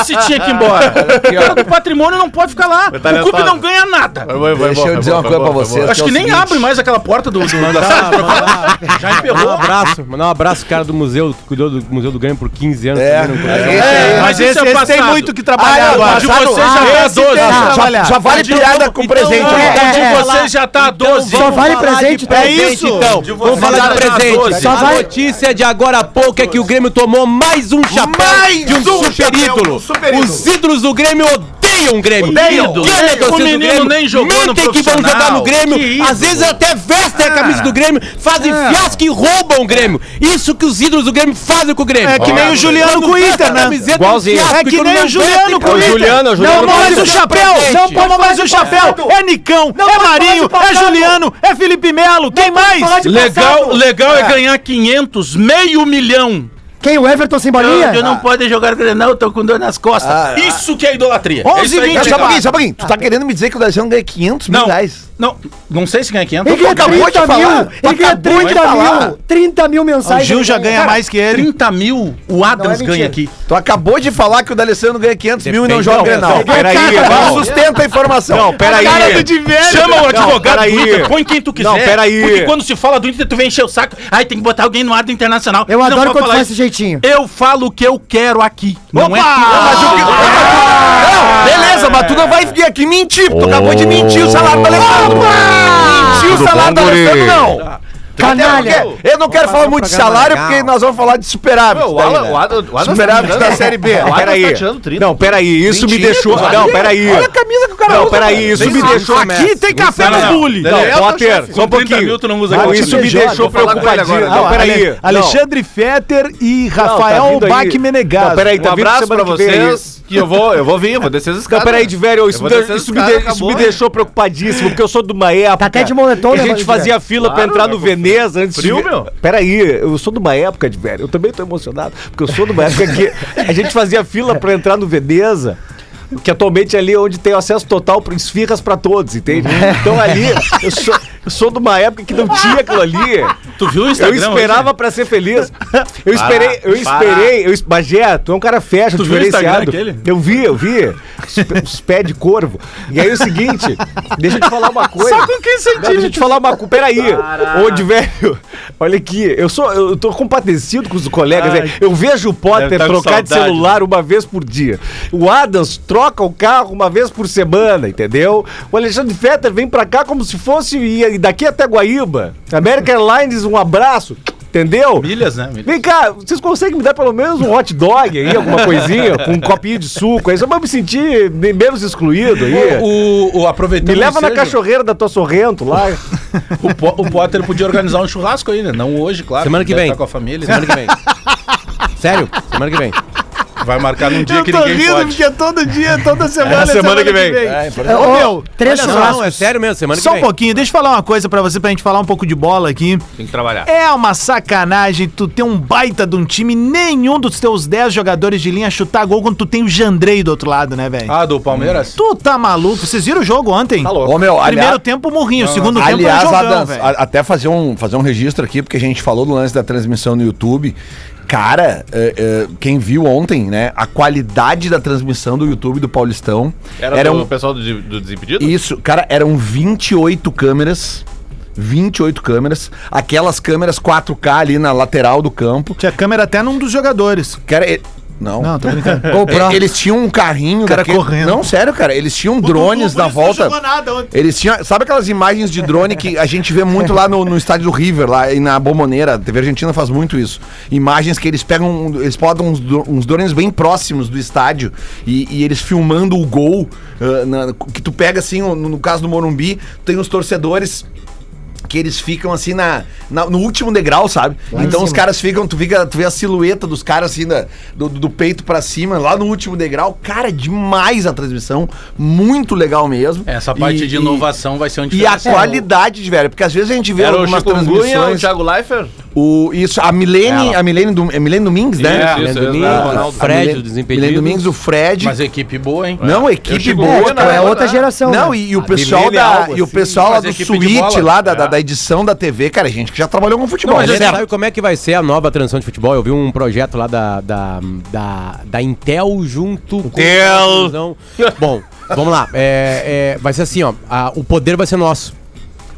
[SPEAKER 5] Esse tinha que ir embora. O cara do patrimônio não pode ficar lá. O clube não ganha nada.
[SPEAKER 9] Deixa eu dizer uma coisa pra vocês.
[SPEAKER 5] Acho que,
[SPEAKER 9] é o
[SPEAKER 5] nem
[SPEAKER 9] seguinte.
[SPEAKER 5] abre mais aquela porta do, do- da sala de troféus. Já
[SPEAKER 4] Ah!
[SPEAKER 8] Mandar um
[SPEAKER 5] emperrou.
[SPEAKER 8] abraço, mandar um abraço, pro cara do museu, que cuidou do Museu do Grêmio por 15 anos.
[SPEAKER 9] É.
[SPEAKER 8] também né? não conhece.
[SPEAKER 9] É,
[SPEAKER 2] Mas esse,
[SPEAKER 5] isso é
[SPEAKER 2] esse tem
[SPEAKER 5] passado.
[SPEAKER 2] muito o que trabalhar
[SPEAKER 5] Ah, não,
[SPEAKER 2] agora.
[SPEAKER 5] mas de você já
[SPEAKER 2] Ah,
[SPEAKER 5] é
[SPEAKER 2] esse tem
[SPEAKER 5] 12.
[SPEAKER 2] que
[SPEAKER 9] Ah,
[SPEAKER 2] trabalhar.
[SPEAKER 9] já, já vale piada com presente.
[SPEAKER 2] não,
[SPEAKER 9] né?
[SPEAKER 2] é,
[SPEAKER 5] Então,
[SPEAKER 2] é,
[SPEAKER 5] de você já tá a 12.
[SPEAKER 6] Só vale presente, tá?
[SPEAKER 2] É isso.
[SPEAKER 5] De
[SPEAKER 8] Então,
[SPEAKER 5] você
[SPEAKER 8] vamos
[SPEAKER 5] já tá
[SPEAKER 8] falar de presente.
[SPEAKER 5] 12.
[SPEAKER 6] Só
[SPEAKER 8] A
[SPEAKER 6] vai-
[SPEAKER 8] notícia de agora há pouco é que o Grêmio tomou mais um chapéu
[SPEAKER 9] Mais
[SPEAKER 8] de um,
[SPEAKER 9] um
[SPEAKER 8] super,
[SPEAKER 9] chapéu,
[SPEAKER 8] ídolo.
[SPEAKER 9] super ídolo.
[SPEAKER 8] Os ídolos do Grêmio odeiam o Grêmio.
[SPEAKER 9] Odeiam.
[SPEAKER 8] Odeiam a torcida
[SPEAKER 5] O menino
[SPEAKER 8] do Grêmio.
[SPEAKER 5] nem jogou no
[SPEAKER 8] Mentem que vão
[SPEAKER 5] profissional.
[SPEAKER 8] jogar no
[SPEAKER 5] Que
[SPEAKER 8] Grêmio.
[SPEAKER 5] ídolo.
[SPEAKER 8] Às vezes até vestem a camisa do Grêmio, fazem fiasco e roubam o Grêmio. Isso que os ídolos do Grêmio fazem com o Grêmio.
[SPEAKER 2] É que nem o Juliano com o Inter, né?
[SPEAKER 8] Igualzinho.
[SPEAKER 2] É que nem o Juliano com o Inter.
[SPEAKER 3] Juliano, é o Juliano
[SPEAKER 2] Não
[SPEAKER 3] com o
[SPEAKER 2] mais
[SPEAKER 3] Inter.
[SPEAKER 2] o chapéu. Não toma mais o chapéu. É Nicão, é Marinho, é Juliano, é Felipe Melo. Quem mais?
[SPEAKER 5] Legal, legal é. ganhar 500, meio milhão.
[SPEAKER 6] Quem? O Everton sem
[SPEAKER 5] Eu,
[SPEAKER 6] bolinha?
[SPEAKER 5] eu não pode jogar Grenal, eu tô com dor nas costas. Isso que é idolatria. É
[SPEAKER 2] 11
[SPEAKER 5] isso
[SPEAKER 2] 20,
[SPEAKER 5] aí,
[SPEAKER 9] Não,
[SPEAKER 5] cara.
[SPEAKER 9] só um pouquinho, só um pouquinho. Tu tá querendo me dizer que o Dajão ganha 500 mil
[SPEAKER 5] Não.
[SPEAKER 9] reais?
[SPEAKER 5] Não, não sei se ganha 500.
[SPEAKER 6] Ele é ganha
[SPEAKER 9] Acabou de
[SPEAKER 6] 30
[SPEAKER 9] falar,
[SPEAKER 6] mil! Ele ganha
[SPEAKER 9] acabou de
[SPEAKER 6] 30
[SPEAKER 9] falar.
[SPEAKER 6] mil! 30 mil
[SPEAKER 2] O
[SPEAKER 6] mensais.
[SPEAKER 2] Gil
[SPEAKER 6] ele
[SPEAKER 2] já ganha mais que ele.
[SPEAKER 5] 30 mil o Adams
[SPEAKER 6] mentira.
[SPEAKER 5] ganha aqui.
[SPEAKER 9] Tu acabou de falar que o D'Alessandro ganha 500 mil e não
[SPEAKER 3] Depende-
[SPEAKER 9] joga
[SPEAKER 3] não,
[SPEAKER 9] Grenal.
[SPEAKER 3] não, peraí, irmão.
[SPEAKER 9] sustenta a informação.
[SPEAKER 3] Não, peraí.
[SPEAKER 5] Chama o advogado
[SPEAKER 3] peraí.
[SPEAKER 5] do Inter, põe quem tu quiser.
[SPEAKER 3] Não, peraí.
[SPEAKER 5] Porque quando se fala do Inter, tu vem encher o saco. Ai, tem que botar alguém no ar do Internacional.
[SPEAKER 6] Eu
[SPEAKER 5] Não
[SPEAKER 6] adoro
[SPEAKER 5] pode
[SPEAKER 6] quando
[SPEAKER 5] falar
[SPEAKER 6] faz
[SPEAKER 5] isso.
[SPEAKER 6] esse jeitinho.
[SPEAKER 5] Eu falo o que eu quero aqui. Não é
[SPEAKER 9] Mas o que-
[SPEAKER 7] Ah,
[SPEAKER 5] tu.
[SPEAKER 9] Não, beleza, mas tu não vai vir aqui mentir. porque Tu acabou de mentir o salário do Alessandro. Mentir o salário do Alessandro, não. Até
[SPEAKER 6] Canalha!
[SPEAKER 9] porque Eu não quero
[SPEAKER 3] um
[SPEAKER 9] falar muito de salário, porque nós vamos falar de superávit.
[SPEAKER 7] O
[SPEAKER 9] daí,
[SPEAKER 7] Alan,
[SPEAKER 9] né?
[SPEAKER 7] o Alan, o Alan
[SPEAKER 9] Superávit da Série B.
[SPEAKER 7] O Alan
[SPEAKER 3] Peraí.
[SPEAKER 7] tá tirando 30.
[SPEAKER 3] Não, peraí, isso me deixou. Não, peraí.
[SPEAKER 9] Olha a camisa que o cara
[SPEAKER 3] Não,
[SPEAKER 9] usa,
[SPEAKER 3] peraí, isso me deixou.
[SPEAKER 2] Aqui tem café
[SPEAKER 5] Não,
[SPEAKER 2] no
[SPEAKER 5] não.
[SPEAKER 2] bule.
[SPEAKER 3] Não,
[SPEAKER 5] Daniel,
[SPEAKER 3] Potter,
[SPEAKER 5] chefe,
[SPEAKER 3] só um
[SPEAKER 5] com 30 mil
[SPEAKER 3] pouquinho.
[SPEAKER 5] tu não usa
[SPEAKER 3] Não,
[SPEAKER 5] camisa.
[SPEAKER 3] isso me
[SPEAKER 6] Beijoca,
[SPEAKER 3] deixou
[SPEAKER 6] vou falar com ele
[SPEAKER 3] preocupadinho.
[SPEAKER 2] Não,
[SPEAKER 3] Não, peraí.
[SPEAKER 2] Ale- Alexandre Fetter e Rafael
[SPEAKER 3] tá vindo aí.
[SPEAKER 2] Baque Menegas.
[SPEAKER 3] Não, peraí,
[SPEAKER 7] Um
[SPEAKER 3] tá vindo
[SPEAKER 7] abraço
[SPEAKER 3] semana
[SPEAKER 7] pra
[SPEAKER 3] que vem
[SPEAKER 7] vocês. Que eu vou, eu vou vir, vou descer as
[SPEAKER 3] Não,
[SPEAKER 7] escadas.
[SPEAKER 3] peraí, de velho,
[SPEAKER 7] Eu
[SPEAKER 3] isso,
[SPEAKER 7] vou
[SPEAKER 3] me, de-
[SPEAKER 7] descer
[SPEAKER 3] isso,
[SPEAKER 7] os
[SPEAKER 3] me,
[SPEAKER 7] caras,
[SPEAKER 3] de- isso
[SPEAKER 7] acabou,
[SPEAKER 3] me
[SPEAKER 7] né?
[SPEAKER 3] deixou preocupadíssimo, porque eu sou de uma época.
[SPEAKER 6] Tá até de moletom,
[SPEAKER 3] que A
[SPEAKER 6] né,
[SPEAKER 3] gente
[SPEAKER 6] Rodrigo?
[SPEAKER 3] fazia fila pra
[SPEAKER 7] Claro,
[SPEAKER 3] entrar no
[SPEAKER 7] né,
[SPEAKER 3] Veneza antes
[SPEAKER 7] frio,
[SPEAKER 3] de. ver-
[SPEAKER 7] meu.
[SPEAKER 3] Peraí, eu sou de uma época de velho. Eu também tô emocionado, porque eu sou de uma época que a gente fazia fila pra entrar no Veneza. Que atualmente é ali onde tem acesso total para esfirras pra todos, entende?
[SPEAKER 6] Hum.
[SPEAKER 3] Então ali, eu sou, eu sou de uma época que não tinha aquilo ali.
[SPEAKER 5] Tu viu o
[SPEAKER 3] Eu
[SPEAKER 5] Instagram?
[SPEAKER 3] esperava pra ser feliz. Eu esperei, eu esperei. Eu, es- Bagé, tu é um cara fecha,
[SPEAKER 5] Tu viu o
[SPEAKER 3] diferenciado.
[SPEAKER 5] Instagram aquele?
[SPEAKER 3] Eu vi, eu vi. Os pé- Os pés de corvo. E aí é o seguinte, deixa eu te falar uma coisa. Só com 15 centímetros. Deixa eu te falar uma coisa. Peraí. Onde, velho, olha aqui, eu sou, eu tô compadecido com os colegas. né? Eu vejo o
[SPEAKER 5] Deve
[SPEAKER 3] Potter
[SPEAKER 5] tá com
[SPEAKER 3] trocar de
[SPEAKER 5] saudade.
[SPEAKER 3] celular uma vez por dia. O Adams troca o carro uma vez por semana, entendeu? O Alexandre Fetter vem pra cá como se fosse e daqui até Guaíba. American Airlines, um abraço. Entendeu?
[SPEAKER 5] Milhas, né? Milhas.
[SPEAKER 3] Vem cá, vocês conseguem me dar pelo menos um hot dog aí, alguma coisinha, com um copinho de suco aí, só pra eu me sentir me- menos excluído aí.
[SPEAKER 5] O, o, aproveitando
[SPEAKER 3] me leva
[SPEAKER 5] o
[SPEAKER 3] na
[SPEAKER 5] ensejo,
[SPEAKER 3] cachorreira da tua Sorrento lá.
[SPEAKER 5] O, Po- o Potter podia organizar um churrasco
[SPEAKER 7] né,
[SPEAKER 5] ainda. Não hoje, claro.
[SPEAKER 7] tá
[SPEAKER 8] Semana que
[SPEAKER 5] deve
[SPEAKER 8] vem.
[SPEAKER 5] Tá com a família.
[SPEAKER 8] Semana que vem. Sério? Semana que vem.
[SPEAKER 5] Vai marcar num dia
[SPEAKER 2] Eu
[SPEAKER 5] que
[SPEAKER 2] tô
[SPEAKER 5] ninguém
[SPEAKER 2] rindo
[SPEAKER 5] pode.
[SPEAKER 2] porque é todo dia, toda semana.
[SPEAKER 5] É, semana que vem. É,
[SPEAKER 2] É, ô, meu,
[SPEAKER 8] três
[SPEAKER 2] olha só,
[SPEAKER 8] churrascos. É sério mesmo, semana que
[SPEAKER 2] Só um
[SPEAKER 8] vem.
[SPEAKER 2] pouquinho, deixa eu falar uma coisa pra você, pra gente falar um pouco de bola aqui.
[SPEAKER 14] Tem que trabalhar.
[SPEAKER 2] É uma sacanagem tu ter um baita de um time, nenhum dos teus 10 jogadores de linha chutar gol quando tu tem o Jandrei do outro lado, né, velho?
[SPEAKER 5] Ah, do Palmeiras?
[SPEAKER 2] Tu tá maluco? Vocês viram o jogo ontem? Tá
[SPEAKER 7] louco. Ô, meu,
[SPEAKER 2] Primeiro
[SPEAKER 7] aliás-
[SPEAKER 2] tempo, morrinho. Segundo tempo,
[SPEAKER 7] Aliás,
[SPEAKER 2] era jogão,
[SPEAKER 7] Adams,
[SPEAKER 2] velho.
[SPEAKER 7] a- até fazer um, fazer um registro aqui, porque a gente falou do lance da transmissão no YouTube. Cara, é, é, quem viu ontem, né? A qualidade da transmissão do YouTube do Paulistão.
[SPEAKER 14] Era,
[SPEAKER 7] era
[SPEAKER 14] do
[SPEAKER 7] um-
[SPEAKER 14] pessoal do, de- do Desimpedido?
[SPEAKER 7] Isso, cara, eram 28 câmeras. 28 câmeras, aquelas câmeras 4K ali na lateral do campo.
[SPEAKER 2] Tinha câmera até num dos jogadores.
[SPEAKER 7] Cara, e- não.
[SPEAKER 2] Não, tô brincando.
[SPEAKER 7] E- Eles tinham um carrinho.
[SPEAKER 2] Cara correndo.
[SPEAKER 7] Não, sério, cara. Eles tinham drones na volta.
[SPEAKER 2] nada ontem.
[SPEAKER 7] Eles tinham. Sabe aquelas imagens de drone que a gente vê muito lá no, no estádio do River, lá e na Bomboneira? A TV Argentina faz muito isso. Imagens que eles pegam. Eles podam uns, dro- uns drones bem próximos do estádio e, e eles filmando o gol. ah, na- que tu pega assim, no, no caso do Morumbi, tem os torcedores. Que eles ficam assim na, na- no último degrau, sabe? então os caras ficam, tu, fica, tu vê a silhueta dos caras assim da- do, do peito pra cima, lá no último degrau. Cara, demais a transmissão, muito legal mesmo.
[SPEAKER 5] Essa parte
[SPEAKER 7] E-
[SPEAKER 5] de
[SPEAKER 7] e-
[SPEAKER 5] inovação vai ser um
[SPEAKER 7] e a
[SPEAKER 5] diferencial.
[SPEAKER 7] qualidade, de velho, porque às vezes a gente vê
[SPEAKER 14] Era o
[SPEAKER 7] algumas
[SPEAKER 14] Chikungunya, o
[SPEAKER 7] transmissões.
[SPEAKER 14] Thiago Leifert?
[SPEAKER 7] O, isso, a Milene,
[SPEAKER 14] Ela.
[SPEAKER 7] a Milene, do, é Milene Domingues,
[SPEAKER 14] Isso,
[SPEAKER 7] né?
[SPEAKER 8] Isso,
[SPEAKER 14] isso,
[SPEAKER 8] Domingo,
[SPEAKER 14] isso,
[SPEAKER 8] o
[SPEAKER 14] Ronaldo.
[SPEAKER 7] A
[SPEAKER 8] Fred,
[SPEAKER 7] Milene-
[SPEAKER 8] o
[SPEAKER 7] Milene
[SPEAKER 8] Desimpedido.
[SPEAKER 7] Domingues, o Fred.
[SPEAKER 5] Mas equipe boa, hein?
[SPEAKER 7] não,
[SPEAKER 14] Eu
[SPEAKER 7] equipe
[SPEAKER 14] digo,
[SPEAKER 7] boa,
[SPEAKER 14] é,
[SPEAKER 7] cara.
[SPEAKER 6] É outra geração.
[SPEAKER 7] Não,
[SPEAKER 6] né?
[SPEAKER 7] e, e o pessoal
[SPEAKER 8] Milene é
[SPEAKER 7] da,
[SPEAKER 8] algo
[SPEAKER 7] e o
[SPEAKER 8] assim,
[SPEAKER 7] pessoal lá
[SPEAKER 5] mas
[SPEAKER 7] do
[SPEAKER 5] equipe de
[SPEAKER 7] suíte,
[SPEAKER 5] bola.
[SPEAKER 7] lá da, da,
[SPEAKER 5] É.
[SPEAKER 7] da edição da TV, cara, gente que já trabalhou com futebol.
[SPEAKER 8] Não, mas
[SPEAKER 7] né?
[SPEAKER 8] você sabe como é que vai ser a nova transição de futebol? Eu vi um projeto lá da, da, da, da Intel junto
[SPEAKER 14] Intel.
[SPEAKER 8] com... Intel! Bom, vamos lá. É, é, vai ser assim, ó. a- o poder vai ser nosso.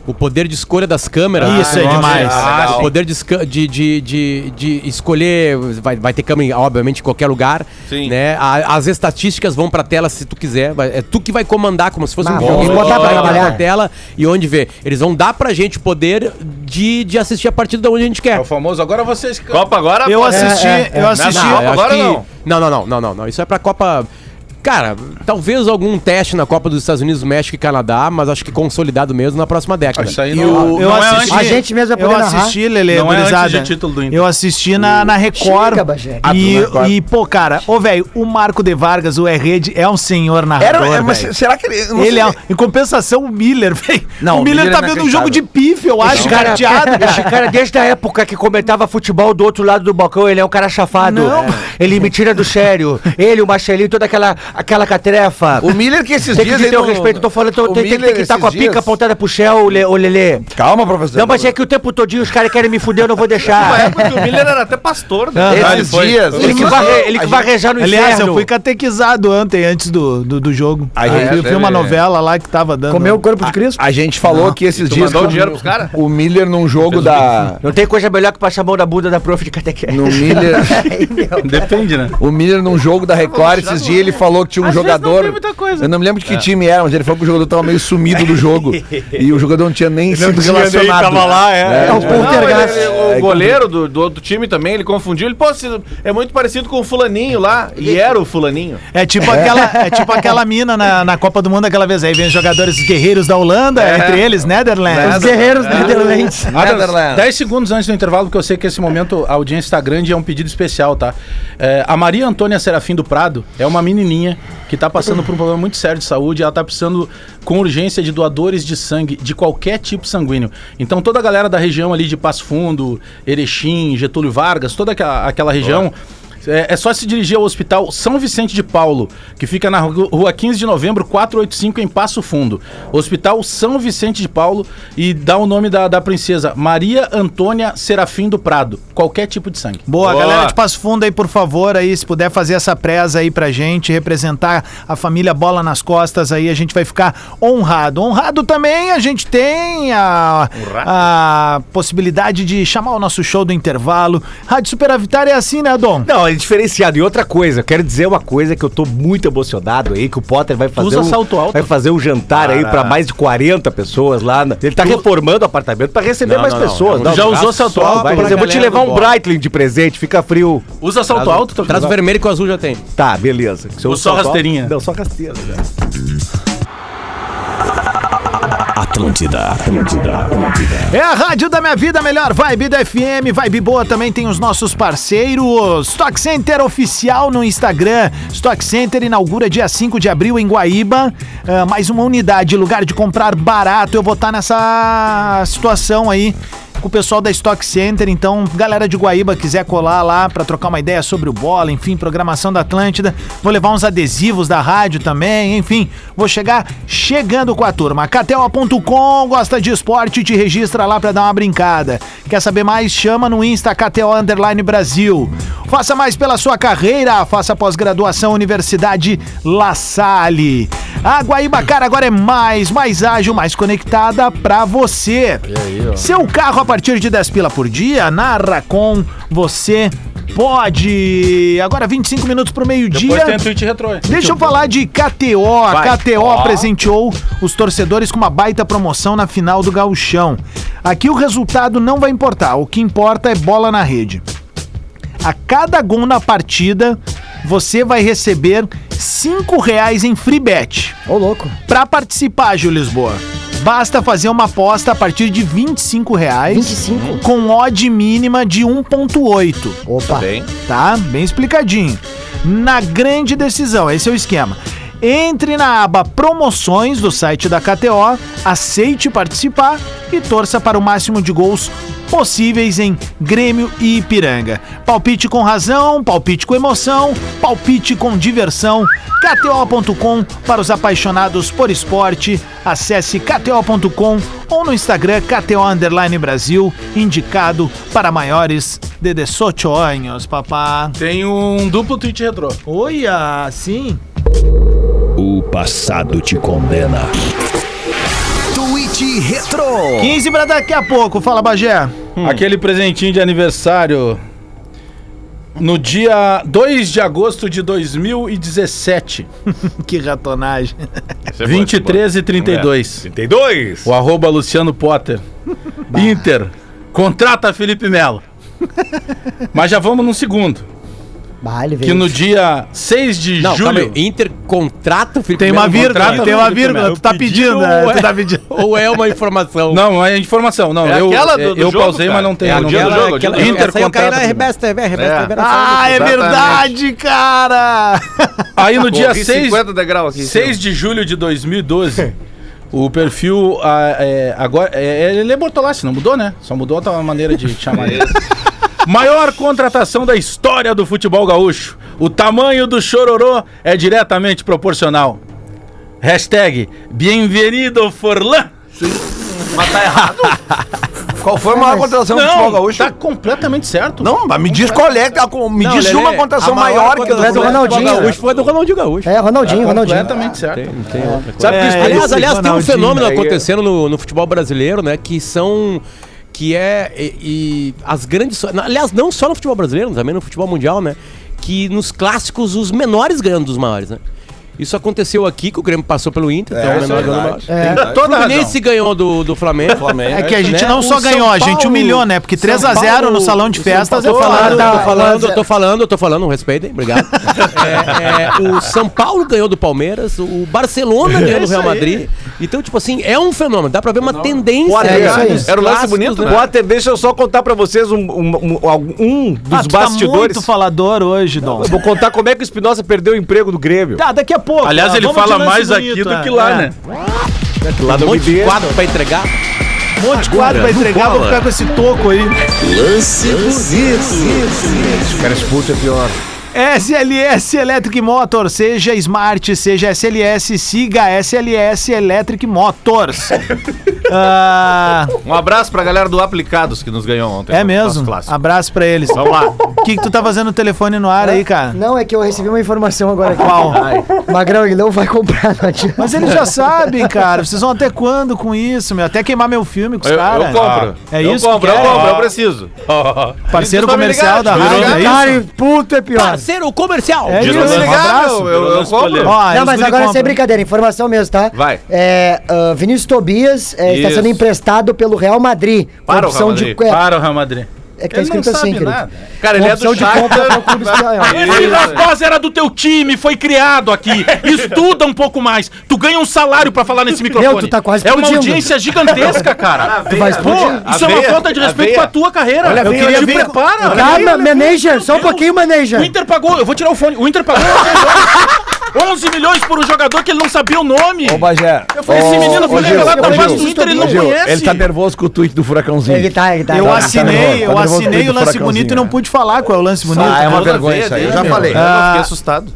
[SPEAKER 8] O poder de escolha das câmeras.
[SPEAKER 2] Isso é
[SPEAKER 8] Nossa,
[SPEAKER 2] demais.
[SPEAKER 8] Ah, o poder de, esca- de, de, de, de escolher. Vai, vai ter câmera, obviamente, em qualquer lugar.
[SPEAKER 14] Sim.
[SPEAKER 8] Né? A- as estatísticas vão pra tela se tu quiser. vai- é tu que vai comandar, como se fosse
[SPEAKER 6] Bah,
[SPEAKER 8] um jogo.
[SPEAKER 6] vamos botar pra
[SPEAKER 8] Vai pra
[SPEAKER 6] trabalhar.
[SPEAKER 8] tela e onde ver. Eles vão dar pra gente o poder de, de assistir a partida de onde a gente
[SPEAKER 5] É
[SPEAKER 8] quer.
[SPEAKER 5] o famoso. Agora vocês. que-
[SPEAKER 14] Copa agora?
[SPEAKER 2] Eu
[SPEAKER 14] pô. né?
[SPEAKER 2] assisti,
[SPEAKER 6] é, é.
[SPEAKER 2] eu assisti.
[SPEAKER 8] Não, Ah, eu acho
[SPEAKER 14] agora
[SPEAKER 8] que-
[SPEAKER 14] não.
[SPEAKER 8] não, não, não, não, não, não. Isso é pra Copa. Cara, talvez algum teste na Copa dos Estados Unidos, México e Canadá, mas acho que consolidado mesmo na próxima década.
[SPEAKER 7] tá
[SPEAKER 5] Isso aí
[SPEAKER 2] E o-
[SPEAKER 5] não,
[SPEAKER 2] eu
[SPEAKER 5] não é
[SPEAKER 2] assisti,
[SPEAKER 5] antes-
[SPEAKER 6] A gente mesmo vai
[SPEAKER 2] eu
[SPEAKER 6] poder narrar.
[SPEAKER 2] assisti, Lele,
[SPEAKER 5] Não é antes
[SPEAKER 2] gurizada.
[SPEAKER 5] do título do Inter.
[SPEAKER 2] Eu assisti na, na Record.
[SPEAKER 6] Chega, Bagé.
[SPEAKER 2] e, e, pô, cara, ô, velho, o Marco de Vargas, o R-Rede, é um senhor narrador,
[SPEAKER 7] Era, é, mas
[SPEAKER 2] velho.
[SPEAKER 7] será que ele. eu não
[SPEAKER 2] Ele
[SPEAKER 7] sei-
[SPEAKER 2] é, um- em compensação, o Miller, velho.
[SPEAKER 7] Não,
[SPEAKER 2] o Miller
[SPEAKER 7] Miller
[SPEAKER 2] tá
[SPEAKER 7] é
[SPEAKER 2] vendo um jogo
[SPEAKER 7] inacreditável.
[SPEAKER 2] de pife, eu acho,
[SPEAKER 6] Esse cara,
[SPEAKER 2] carteado.
[SPEAKER 6] esse cara, desde a época que comentava futebol do outro lado do balcão, ele é um cara chafado.
[SPEAKER 2] Não.
[SPEAKER 6] Ele me tira do sério. Ele, o Marcelinho, toda aquela, aquela catrefa.
[SPEAKER 7] O Miller que esses
[SPEAKER 6] Tem que
[SPEAKER 7] dias.
[SPEAKER 6] ter
[SPEAKER 7] ele
[SPEAKER 6] o
[SPEAKER 7] não-
[SPEAKER 6] respeito, tô falando, tô-
[SPEAKER 7] o
[SPEAKER 6] tem, tem
[SPEAKER 7] Miller
[SPEAKER 6] que estar com a
[SPEAKER 7] esses
[SPEAKER 6] pica
[SPEAKER 7] dias- Tá
[SPEAKER 6] apontada pro céu, o Le- o Lelê.
[SPEAKER 7] Calma, professor.
[SPEAKER 6] Não, mas é que o tempo todinho os caras querem me fuder, eu não vou
[SPEAKER 14] Uma
[SPEAKER 6] deixar.
[SPEAKER 14] época que o Miller era até pastor, né?
[SPEAKER 7] Esses
[SPEAKER 5] Ah, ele foi.
[SPEAKER 7] dias.
[SPEAKER 6] Ele que vai, ele que vai rejar no
[SPEAKER 2] Aliás,
[SPEAKER 6] inferno.
[SPEAKER 2] eu fui catequizado ontem, antes do, do, do jogo.
[SPEAKER 7] Aí,
[SPEAKER 2] eu vi,
[SPEAKER 7] é,
[SPEAKER 2] vi uma
[SPEAKER 7] é.
[SPEAKER 2] novela lá que tava dando.
[SPEAKER 6] Comeu o corpo de Cristo?
[SPEAKER 7] A gente falou que esses
[SPEAKER 14] tu
[SPEAKER 7] dias.
[SPEAKER 14] mandou
[SPEAKER 7] que
[SPEAKER 14] o dinheiro pros caras?
[SPEAKER 7] O Miller num jogo da.
[SPEAKER 6] Não tem coisa melhor que passar a mão na bunda da prof de catequese.
[SPEAKER 7] No Miller.
[SPEAKER 5] Depende, né?
[SPEAKER 7] O Miller num jogo da Record esses dias ele falou que tinha um jogador. Eu não me lembro de que time era, mas ele falou que o jogador tava meio sumido do jogo. e o jogador não tinha nem sido relacionado.
[SPEAKER 14] é.
[SPEAKER 7] É, o É
[SPEAKER 6] poltergeist.
[SPEAKER 14] ele- o goleiro do, do outro time também, ele confundiu. Ele, pô, esse é muito parecido com o fulaninho lá. E era o fulaninho.
[SPEAKER 2] É tipo, Aquela, é tipo aquela mina na, na Copa do Mundo aquela vez. Aí vem os jogadores guerreiros da Holanda, entre eles, Netherlands. É.
[SPEAKER 6] Os guerreiros do Netherlands.
[SPEAKER 7] Netherlands.
[SPEAKER 5] 10 Ah, tá. segundos antes do intervalo, porque eu sei que esse momento a audiência está grande e é um pedido especial, tá? É, a Maria Antônia Serafim do Prado é uma menininha que tá passando por um problema muito sério de saúde e ela tá precisando com urgência de doadores de sangue de qualquer tipo sanguíneo. Então toda a galera da região ali de Passo Fundo, Erechim, Getúlio Vargas, toda aquela, aquela região... É, é só se dirigir ao Hospital São Vicente de Paulo, que fica na ru- rua 15 de novembro, 485, em Passo Fundo. Hospital São Vicente de Paulo e dá o nome da, da princesa Maria Antônia Serafim do Prado. Qualquer tipo de sangue.
[SPEAKER 2] Boa,
[SPEAKER 14] Boa.
[SPEAKER 2] galera de Passo Fundo aí, por favor, aí, se puder fazer essa preza aí pra gente, representar a família Bola nas Costas aí, a gente vai ficar honrado. Honrado também a gente tem a, a possibilidade de chamar o nosso show do intervalo. Rádio Superavitária é assim, né, Dom?
[SPEAKER 3] Não, é diferenciado. E outra coisa, eu quero dizer uma coisa que eu tô muito emocionado aí, que o Potter vai fazer
[SPEAKER 5] usa
[SPEAKER 3] um,
[SPEAKER 5] salto alto.
[SPEAKER 3] vai fazer um jantar aí pra mais de 40 pessoas lá. na- Ele tá reformando o apartamento pra receber mais pessoas. Não, É um
[SPEAKER 5] Já
[SPEAKER 3] não,
[SPEAKER 5] usou salto alto?
[SPEAKER 3] Vai, mas eu vou te levar um Breitling de presente, fica frio.
[SPEAKER 5] Usa salto alto, Tropical?
[SPEAKER 8] Traz o vermelho que o azul já tem.
[SPEAKER 3] Tá, beleza. Se eu
[SPEAKER 5] Ou só
[SPEAKER 3] saltar-
[SPEAKER 5] rasteirinha?
[SPEAKER 3] Não, só rasteira. né?
[SPEAKER 10] Atlântida, Atlântida, Atlântida.
[SPEAKER 2] É a rádio da minha vida, melhor vibe da FM, vibe boa também tem os nossos parceiros. Stock Center oficial no Instagram. Stock Center inaugura dia 5 de abril em Guaíba. Ah, mais uma unidade, lugar de comprar barato. Eu vou estar nessa situação aí com o pessoal da Stock Center. Então, galera de Guaíba quiser colar lá pra trocar uma ideia sobre o bola, enfim, programação da Atlântida. Vou levar uns adesivos da rádio também, enfim. Vou chegar chegando com a turma. KTO.com, gosta de esporte, te registra lá pra dar uma brincada. Quer saber mais? Chama no Insta KTO Underline Brasil. Faça mais pela sua carreira, faça pós-graduação Universidade La Salle. A Guaíba Cara agora é mais, mais ágil, mais conectada pra você. Seu carro a partir de 10 pila por dia, na Racon você pode. Agora 25 minutos pro meio-dia.
[SPEAKER 5] Depois tem um a Twitch Retro. aí.
[SPEAKER 2] Deixa eu falar de KTO. A
[SPEAKER 5] Vai.
[SPEAKER 2] KTO
[SPEAKER 5] Ó.
[SPEAKER 2] presenteou os torcedores com uma baita promoção na final do Gauchão. Aqui o resultado não vai importar, o que importa é bola na rede. A cada gol na partida, você vai receber R$ 5 reais em free bet.
[SPEAKER 6] Ô, louco.
[SPEAKER 2] Pra participar, Gil Lisboa, basta fazer uma aposta a partir de R$ 25 reais.
[SPEAKER 6] 25?
[SPEAKER 2] Com odd mínima de 1.8.
[SPEAKER 6] Opa.
[SPEAKER 7] É.
[SPEAKER 2] Tá? Bem explicadinho. Na grande decisão, esse é o esquema. Entre na aba Promoções do site da KTO, aceite participar e torça para o máximo de gols possíveis em Grêmio e Ipiranga. Palpite com razão, palpite com emoção, palpite com diversão. KTO.com para os apaixonados por esporte. Acesse KTO.com ou no Instagram KTO Underline Brasil, indicado para maiores de 18 anos, papá.
[SPEAKER 5] Tem um duplo Twitch Retro.
[SPEAKER 2] Olha, sim.
[SPEAKER 15] O passado te condena. Twitch Retro.
[SPEAKER 2] 15 para daqui a pouco, fala Bagé.
[SPEAKER 5] Hum. Aquele presentinho de aniversário. No dia 2 de agosto de 2017,
[SPEAKER 2] que ratonagem.
[SPEAKER 5] 23 e 32.
[SPEAKER 3] 32.
[SPEAKER 5] O arroba Luciano Potter. Inter, contrata Felipe Melo. Mas já vamos num segundo.
[SPEAKER 6] Bah, ele
[SPEAKER 5] Que
[SPEAKER 6] veio.
[SPEAKER 5] no dia 6 de
[SPEAKER 8] Não, calma
[SPEAKER 5] julho.
[SPEAKER 8] aí. Inter contrata o Felipe
[SPEAKER 2] Tem uma
[SPEAKER 8] Melo,
[SPEAKER 2] vírgula,
[SPEAKER 8] contrata-
[SPEAKER 2] tem uma
[SPEAKER 5] Felipe
[SPEAKER 2] vírgula.
[SPEAKER 5] Melo.
[SPEAKER 2] Tu tá
[SPEAKER 5] Pedido
[SPEAKER 2] pedindo, né?
[SPEAKER 8] ou
[SPEAKER 2] Tu
[SPEAKER 8] é-
[SPEAKER 2] tá pedindo.
[SPEAKER 8] Ou é uma informação?
[SPEAKER 5] Não, é informação. Não, eu,
[SPEAKER 7] aquela do-
[SPEAKER 5] eu,
[SPEAKER 7] do
[SPEAKER 5] eu
[SPEAKER 7] jogo,
[SPEAKER 5] pausei,
[SPEAKER 7] cara.
[SPEAKER 5] mas não tem.
[SPEAKER 7] É
[SPEAKER 5] não
[SPEAKER 7] aquela-
[SPEAKER 5] tem.
[SPEAKER 7] aquela-
[SPEAKER 5] Inter
[SPEAKER 8] Essa aí eu caí na
[SPEAKER 5] contrata. Felipe Melo.
[SPEAKER 8] RBS TV, RBS
[SPEAKER 7] É.
[SPEAKER 8] TV. era só-
[SPEAKER 2] Ah, é
[SPEAKER 7] Exatamente.
[SPEAKER 2] verdade, cara.
[SPEAKER 5] Aí no dia
[SPEAKER 7] Corri
[SPEAKER 5] 6
[SPEAKER 7] 50 degraus aqui.
[SPEAKER 5] 6 de julho de 2012, o perfil ah, é, agora é, ele é Bortolassi, não mudou, né? Só mudou outra maneira de chamar ele. Maior contratação da história do futebol gaúcho. O tamanho do chororô é diretamente proporcional. Hashtag Bienvenido Forlan.
[SPEAKER 9] Qual foi a maior contratação do futebol gaúcho?
[SPEAKER 5] tá completamente certo.
[SPEAKER 9] Não, mas me diz qual é, que a co- me
[SPEAKER 8] Não,
[SPEAKER 9] diz
[SPEAKER 8] Lelê,
[SPEAKER 9] uma contratação
[SPEAKER 8] a maior
[SPEAKER 9] maior que a do
[SPEAKER 8] contratação
[SPEAKER 6] do
[SPEAKER 9] Ronaldinho.
[SPEAKER 6] Ronaldinho.
[SPEAKER 8] Gaúcho foi a do Ronaldinho Gaúcho.
[SPEAKER 6] É, Ronaldinho,
[SPEAKER 5] Tá
[SPEAKER 6] Ronaldinho.
[SPEAKER 5] Completamente certo.
[SPEAKER 8] Tem, tem outra coisa.
[SPEAKER 5] Sabe que isso-
[SPEAKER 8] aliás,
[SPEAKER 2] esse
[SPEAKER 8] aliás tem um
[SPEAKER 2] É, Ronaldinho
[SPEAKER 8] fenômeno
[SPEAKER 2] aí é-
[SPEAKER 8] acontecendo no, no futebol brasileiro, né? Que são. Que é. E, e as grandes. na- Aliás, não só no futebol brasileiro, também no futebol mundial, né? Que nos clássicos os menores ganham dos maiores, né? Isso aconteceu aqui, que o Grêmio passou pelo Inter,
[SPEAKER 5] É,
[SPEAKER 8] então o menor ganhou do maior.
[SPEAKER 5] tem
[SPEAKER 8] O
[SPEAKER 5] toda a razão.
[SPEAKER 8] Fluminense ganhou do, do Flamengo.
[SPEAKER 2] É que a gente
[SPEAKER 8] né?
[SPEAKER 2] não só
[SPEAKER 8] O São
[SPEAKER 2] ganhou, a gente
[SPEAKER 8] Paulo-
[SPEAKER 2] humilhou, né? Porque 3 a 0 no
[SPEAKER 8] Paulo-
[SPEAKER 2] salão de
[SPEAKER 8] o São
[SPEAKER 2] festas, eu
[SPEAKER 8] Paulo-
[SPEAKER 2] tô falando.
[SPEAKER 8] Ah,
[SPEAKER 6] tá.
[SPEAKER 8] tô falando, eu
[SPEAKER 2] é-"
[SPEAKER 8] tô falando, eu tô falando, respeitem, obrigado. É, é, o São Paulo ganhou do Palmeiras, o Barcelona ganhou do Real Madrid. Então, tipo assim, é um fenômeno, dá pra ver uma tendência.
[SPEAKER 6] Olha,
[SPEAKER 8] né,
[SPEAKER 6] isso aí.
[SPEAKER 8] dos
[SPEAKER 7] Era um lance
[SPEAKER 8] clássicos,
[SPEAKER 7] bonito, né?
[SPEAKER 16] Potter, deixa eu só contar pra vocês um, um- um- um dos
[SPEAKER 2] Ah, tu tá
[SPEAKER 16] bastidores.
[SPEAKER 2] muito falador hoje, Dom.
[SPEAKER 16] Vou contar como é que o Espinosa perdeu o emprego do Grêmio.
[SPEAKER 2] Tá, daqui a pouco.
[SPEAKER 5] Aliás,
[SPEAKER 2] tá?
[SPEAKER 5] ele
[SPEAKER 2] Vamos de
[SPEAKER 5] fala
[SPEAKER 2] lance
[SPEAKER 5] mais aqui
[SPEAKER 2] bonito,
[SPEAKER 5] do
[SPEAKER 2] é.
[SPEAKER 5] que lá,
[SPEAKER 2] É.
[SPEAKER 5] né?
[SPEAKER 16] lá
[SPEAKER 8] Um
[SPEAKER 16] no
[SPEAKER 8] monte de
[SPEAKER 16] BBS.
[SPEAKER 8] quadro pra entregar.
[SPEAKER 2] Um monte de quadro pra entregar, vou ficar com esse toco aí. é
[SPEAKER 10] Lance bonito.
[SPEAKER 15] Cara, expulso é pior.
[SPEAKER 2] SLS Electric Motors, seja Smart, seja SLS, siga SLS Electric Motors. Ah,
[SPEAKER 7] Um abraço pra galera do Aplicados que nos ganhou ontem.
[SPEAKER 2] é
[SPEAKER 7] no
[SPEAKER 2] mesmo?
[SPEAKER 7] nosso clássico.
[SPEAKER 2] Abraço pra eles. Vamos lá. O que, que tu tá fazendo no telefone no ar aí, cara?
[SPEAKER 6] Não, é que eu recebi uma informação agora aqui.
[SPEAKER 2] né? Qual?
[SPEAKER 6] Magrão, ele não vai comprar, não adianta.
[SPEAKER 2] Mas eles já sabem, cara. Vocês vão até quando com isso, meu? Até queimar meu filme com os
[SPEAKER 7] Eu, eu
[SPEAKER 2] caras.
[SPEAKER 7] compro.
[SPEAKER 2] É
[SPEAKER 7] eu
[SPEAKER 2] isso que
[SPEAKER 7] compro, eu
[SPEAKER 2] quer?
[SPEAKER 7] compro, eu preciso.
[SPEAKER 2] Parceiro
[SPEAKER 7] Vocês não me
[SPEAKER 2] comercial da
[SPEAKER 7] ligaram,
[SPEAKER 2] rádio,
[SPEAKER 7] virou.
[SPEAKER 2] é isso?
[SPEAKER 6] Cara, puto é pior.
[SPEAKER 8] Parceiro comercial.
[SPEAKER 2] É isso, um abraço.
[SPEAKER 7] eu, eu, compro.
[SPEAKER 2] Ó,
[SPEAKER 5] Ah,
[SPEAKER 6] não,
[SPEAKER 2] eles
[SPEAKER 6] mas
[SPEAKER 2] me
[SPEAKER 6] agora é
[SPEAKER 15] é
[SPEAKER 2] compram.
[SPEAKER 6] sem brincadeira, informação mesmo, tá?
[SPEAKER 7] Vai.
[SPEAKER 6] É, ah, Vinícius Tobias eh, está
[SPEAKER 7] Isso.
[SPEAKER 6] sendo emprestado pelo Real Madrid. com
[SPEAKER 7] Para o
[SPEAKER 6] opção
[SPEAKER 7] Real
[SPEAKER 6] de-
[SPEAKER 7] Madrid.
[SPEAKER 6] é,
[SPEAKER 5] Para o Real Madrid.
[SPEAKER 6] É que tá
[SPEAKER 5] Ele não
[SPEAKER 6] escrito assim,
[SPEAKER 5] sabe
[SPEAKER 6] querido.
[SPEAKER 5] nada.
[SPEAKER 7] Cara, ele
[SPEAKER 6] Com
[SPEAKER 7] é
[SPEAKER 6] opção
[SPEAKER 7] do
[SPEAKER 6] de compra
[SPEAKER 7] Shakhtar.
[SPEAKER 6] para o clube espanhol.
[SPEAKER 17] Esse rapaz era do teu time, foi criado aqui. Estuda um pouco mais. Tu ganha um salário pra falar nesse microfone.
[SPEAKER 6] Meu, tu tá quase
[SPEAKER 17] é uma
[SPEAKER 6] explodindo.
[SPEAKER 17] audiência gigantesca, cara.
[SPEAKER 6] Tu vai explodir.
[SPEAKER 17] isso é uma falta de respeito pra tua carreira.
[SPEAKER 6] Olha, eu queria
[SPEAKER 17] te
[SPEAKER 6] ver.
[SPEAKER 17] prepara.
[SPEAKER 7] é
[SPEAKER 6] Calma, manager, só um pouquinho,
[SPEAKER 17] O
[SPEAKER 6] manager.
[SPEAKER 17] Inter pagou, eu vou tirar o fone. O Inter pagou 11 milhões, 11 milhões por um jogador que ele não sabia o nome.
[SPEAKER 15] Ô, Bagé.
[SPEAKER 17] Eu falei, esse menino foi revelado na base do
[SPEAKER 15] Gil,
[SPEAKER 17] Inter, ele não
[SPEAKER 15] Gil,
[SPEAKER 17] conhece.
[SPEAKER 15] Ele tá nervoso com o tweet do Furacãozinho.
[SPEAKER 6] Ele tá, ele tá.
[SPEAKER 2] Eu
[SPEAKER 15] Tá, tá nervoso,
[SPEAKER 2] assinei,
[SPEAKER 15] tá
[SPEAKER 2] eu
[SPEAKER 15] nervoso com tudo
[SPEAKER 2] assinei o
[SPEAKER 15] do
[SPEAKER 2] lance
[SPEAKER 15] Furacãozinho,
[SPEAKER 2] bonito e não
[SPEAKER 15] né?
[SPEAKER 2] pude falar qual é o lance bonito.
[SPEAKER 15] Ah, é uma
[SPEAKER 2] Nada a
[SPEAKER 15] vergonha
[SPEAKER 2] ver,
[SPEAKER 15] isso aí,
[SPEAKER 2] né,
[SPEAKER 15] eu já
[SPEAKER 2] meu?
[SPEAKER 15] falei.
[SPEAKER 2] Ah,
[SPEAKER 7] assustado.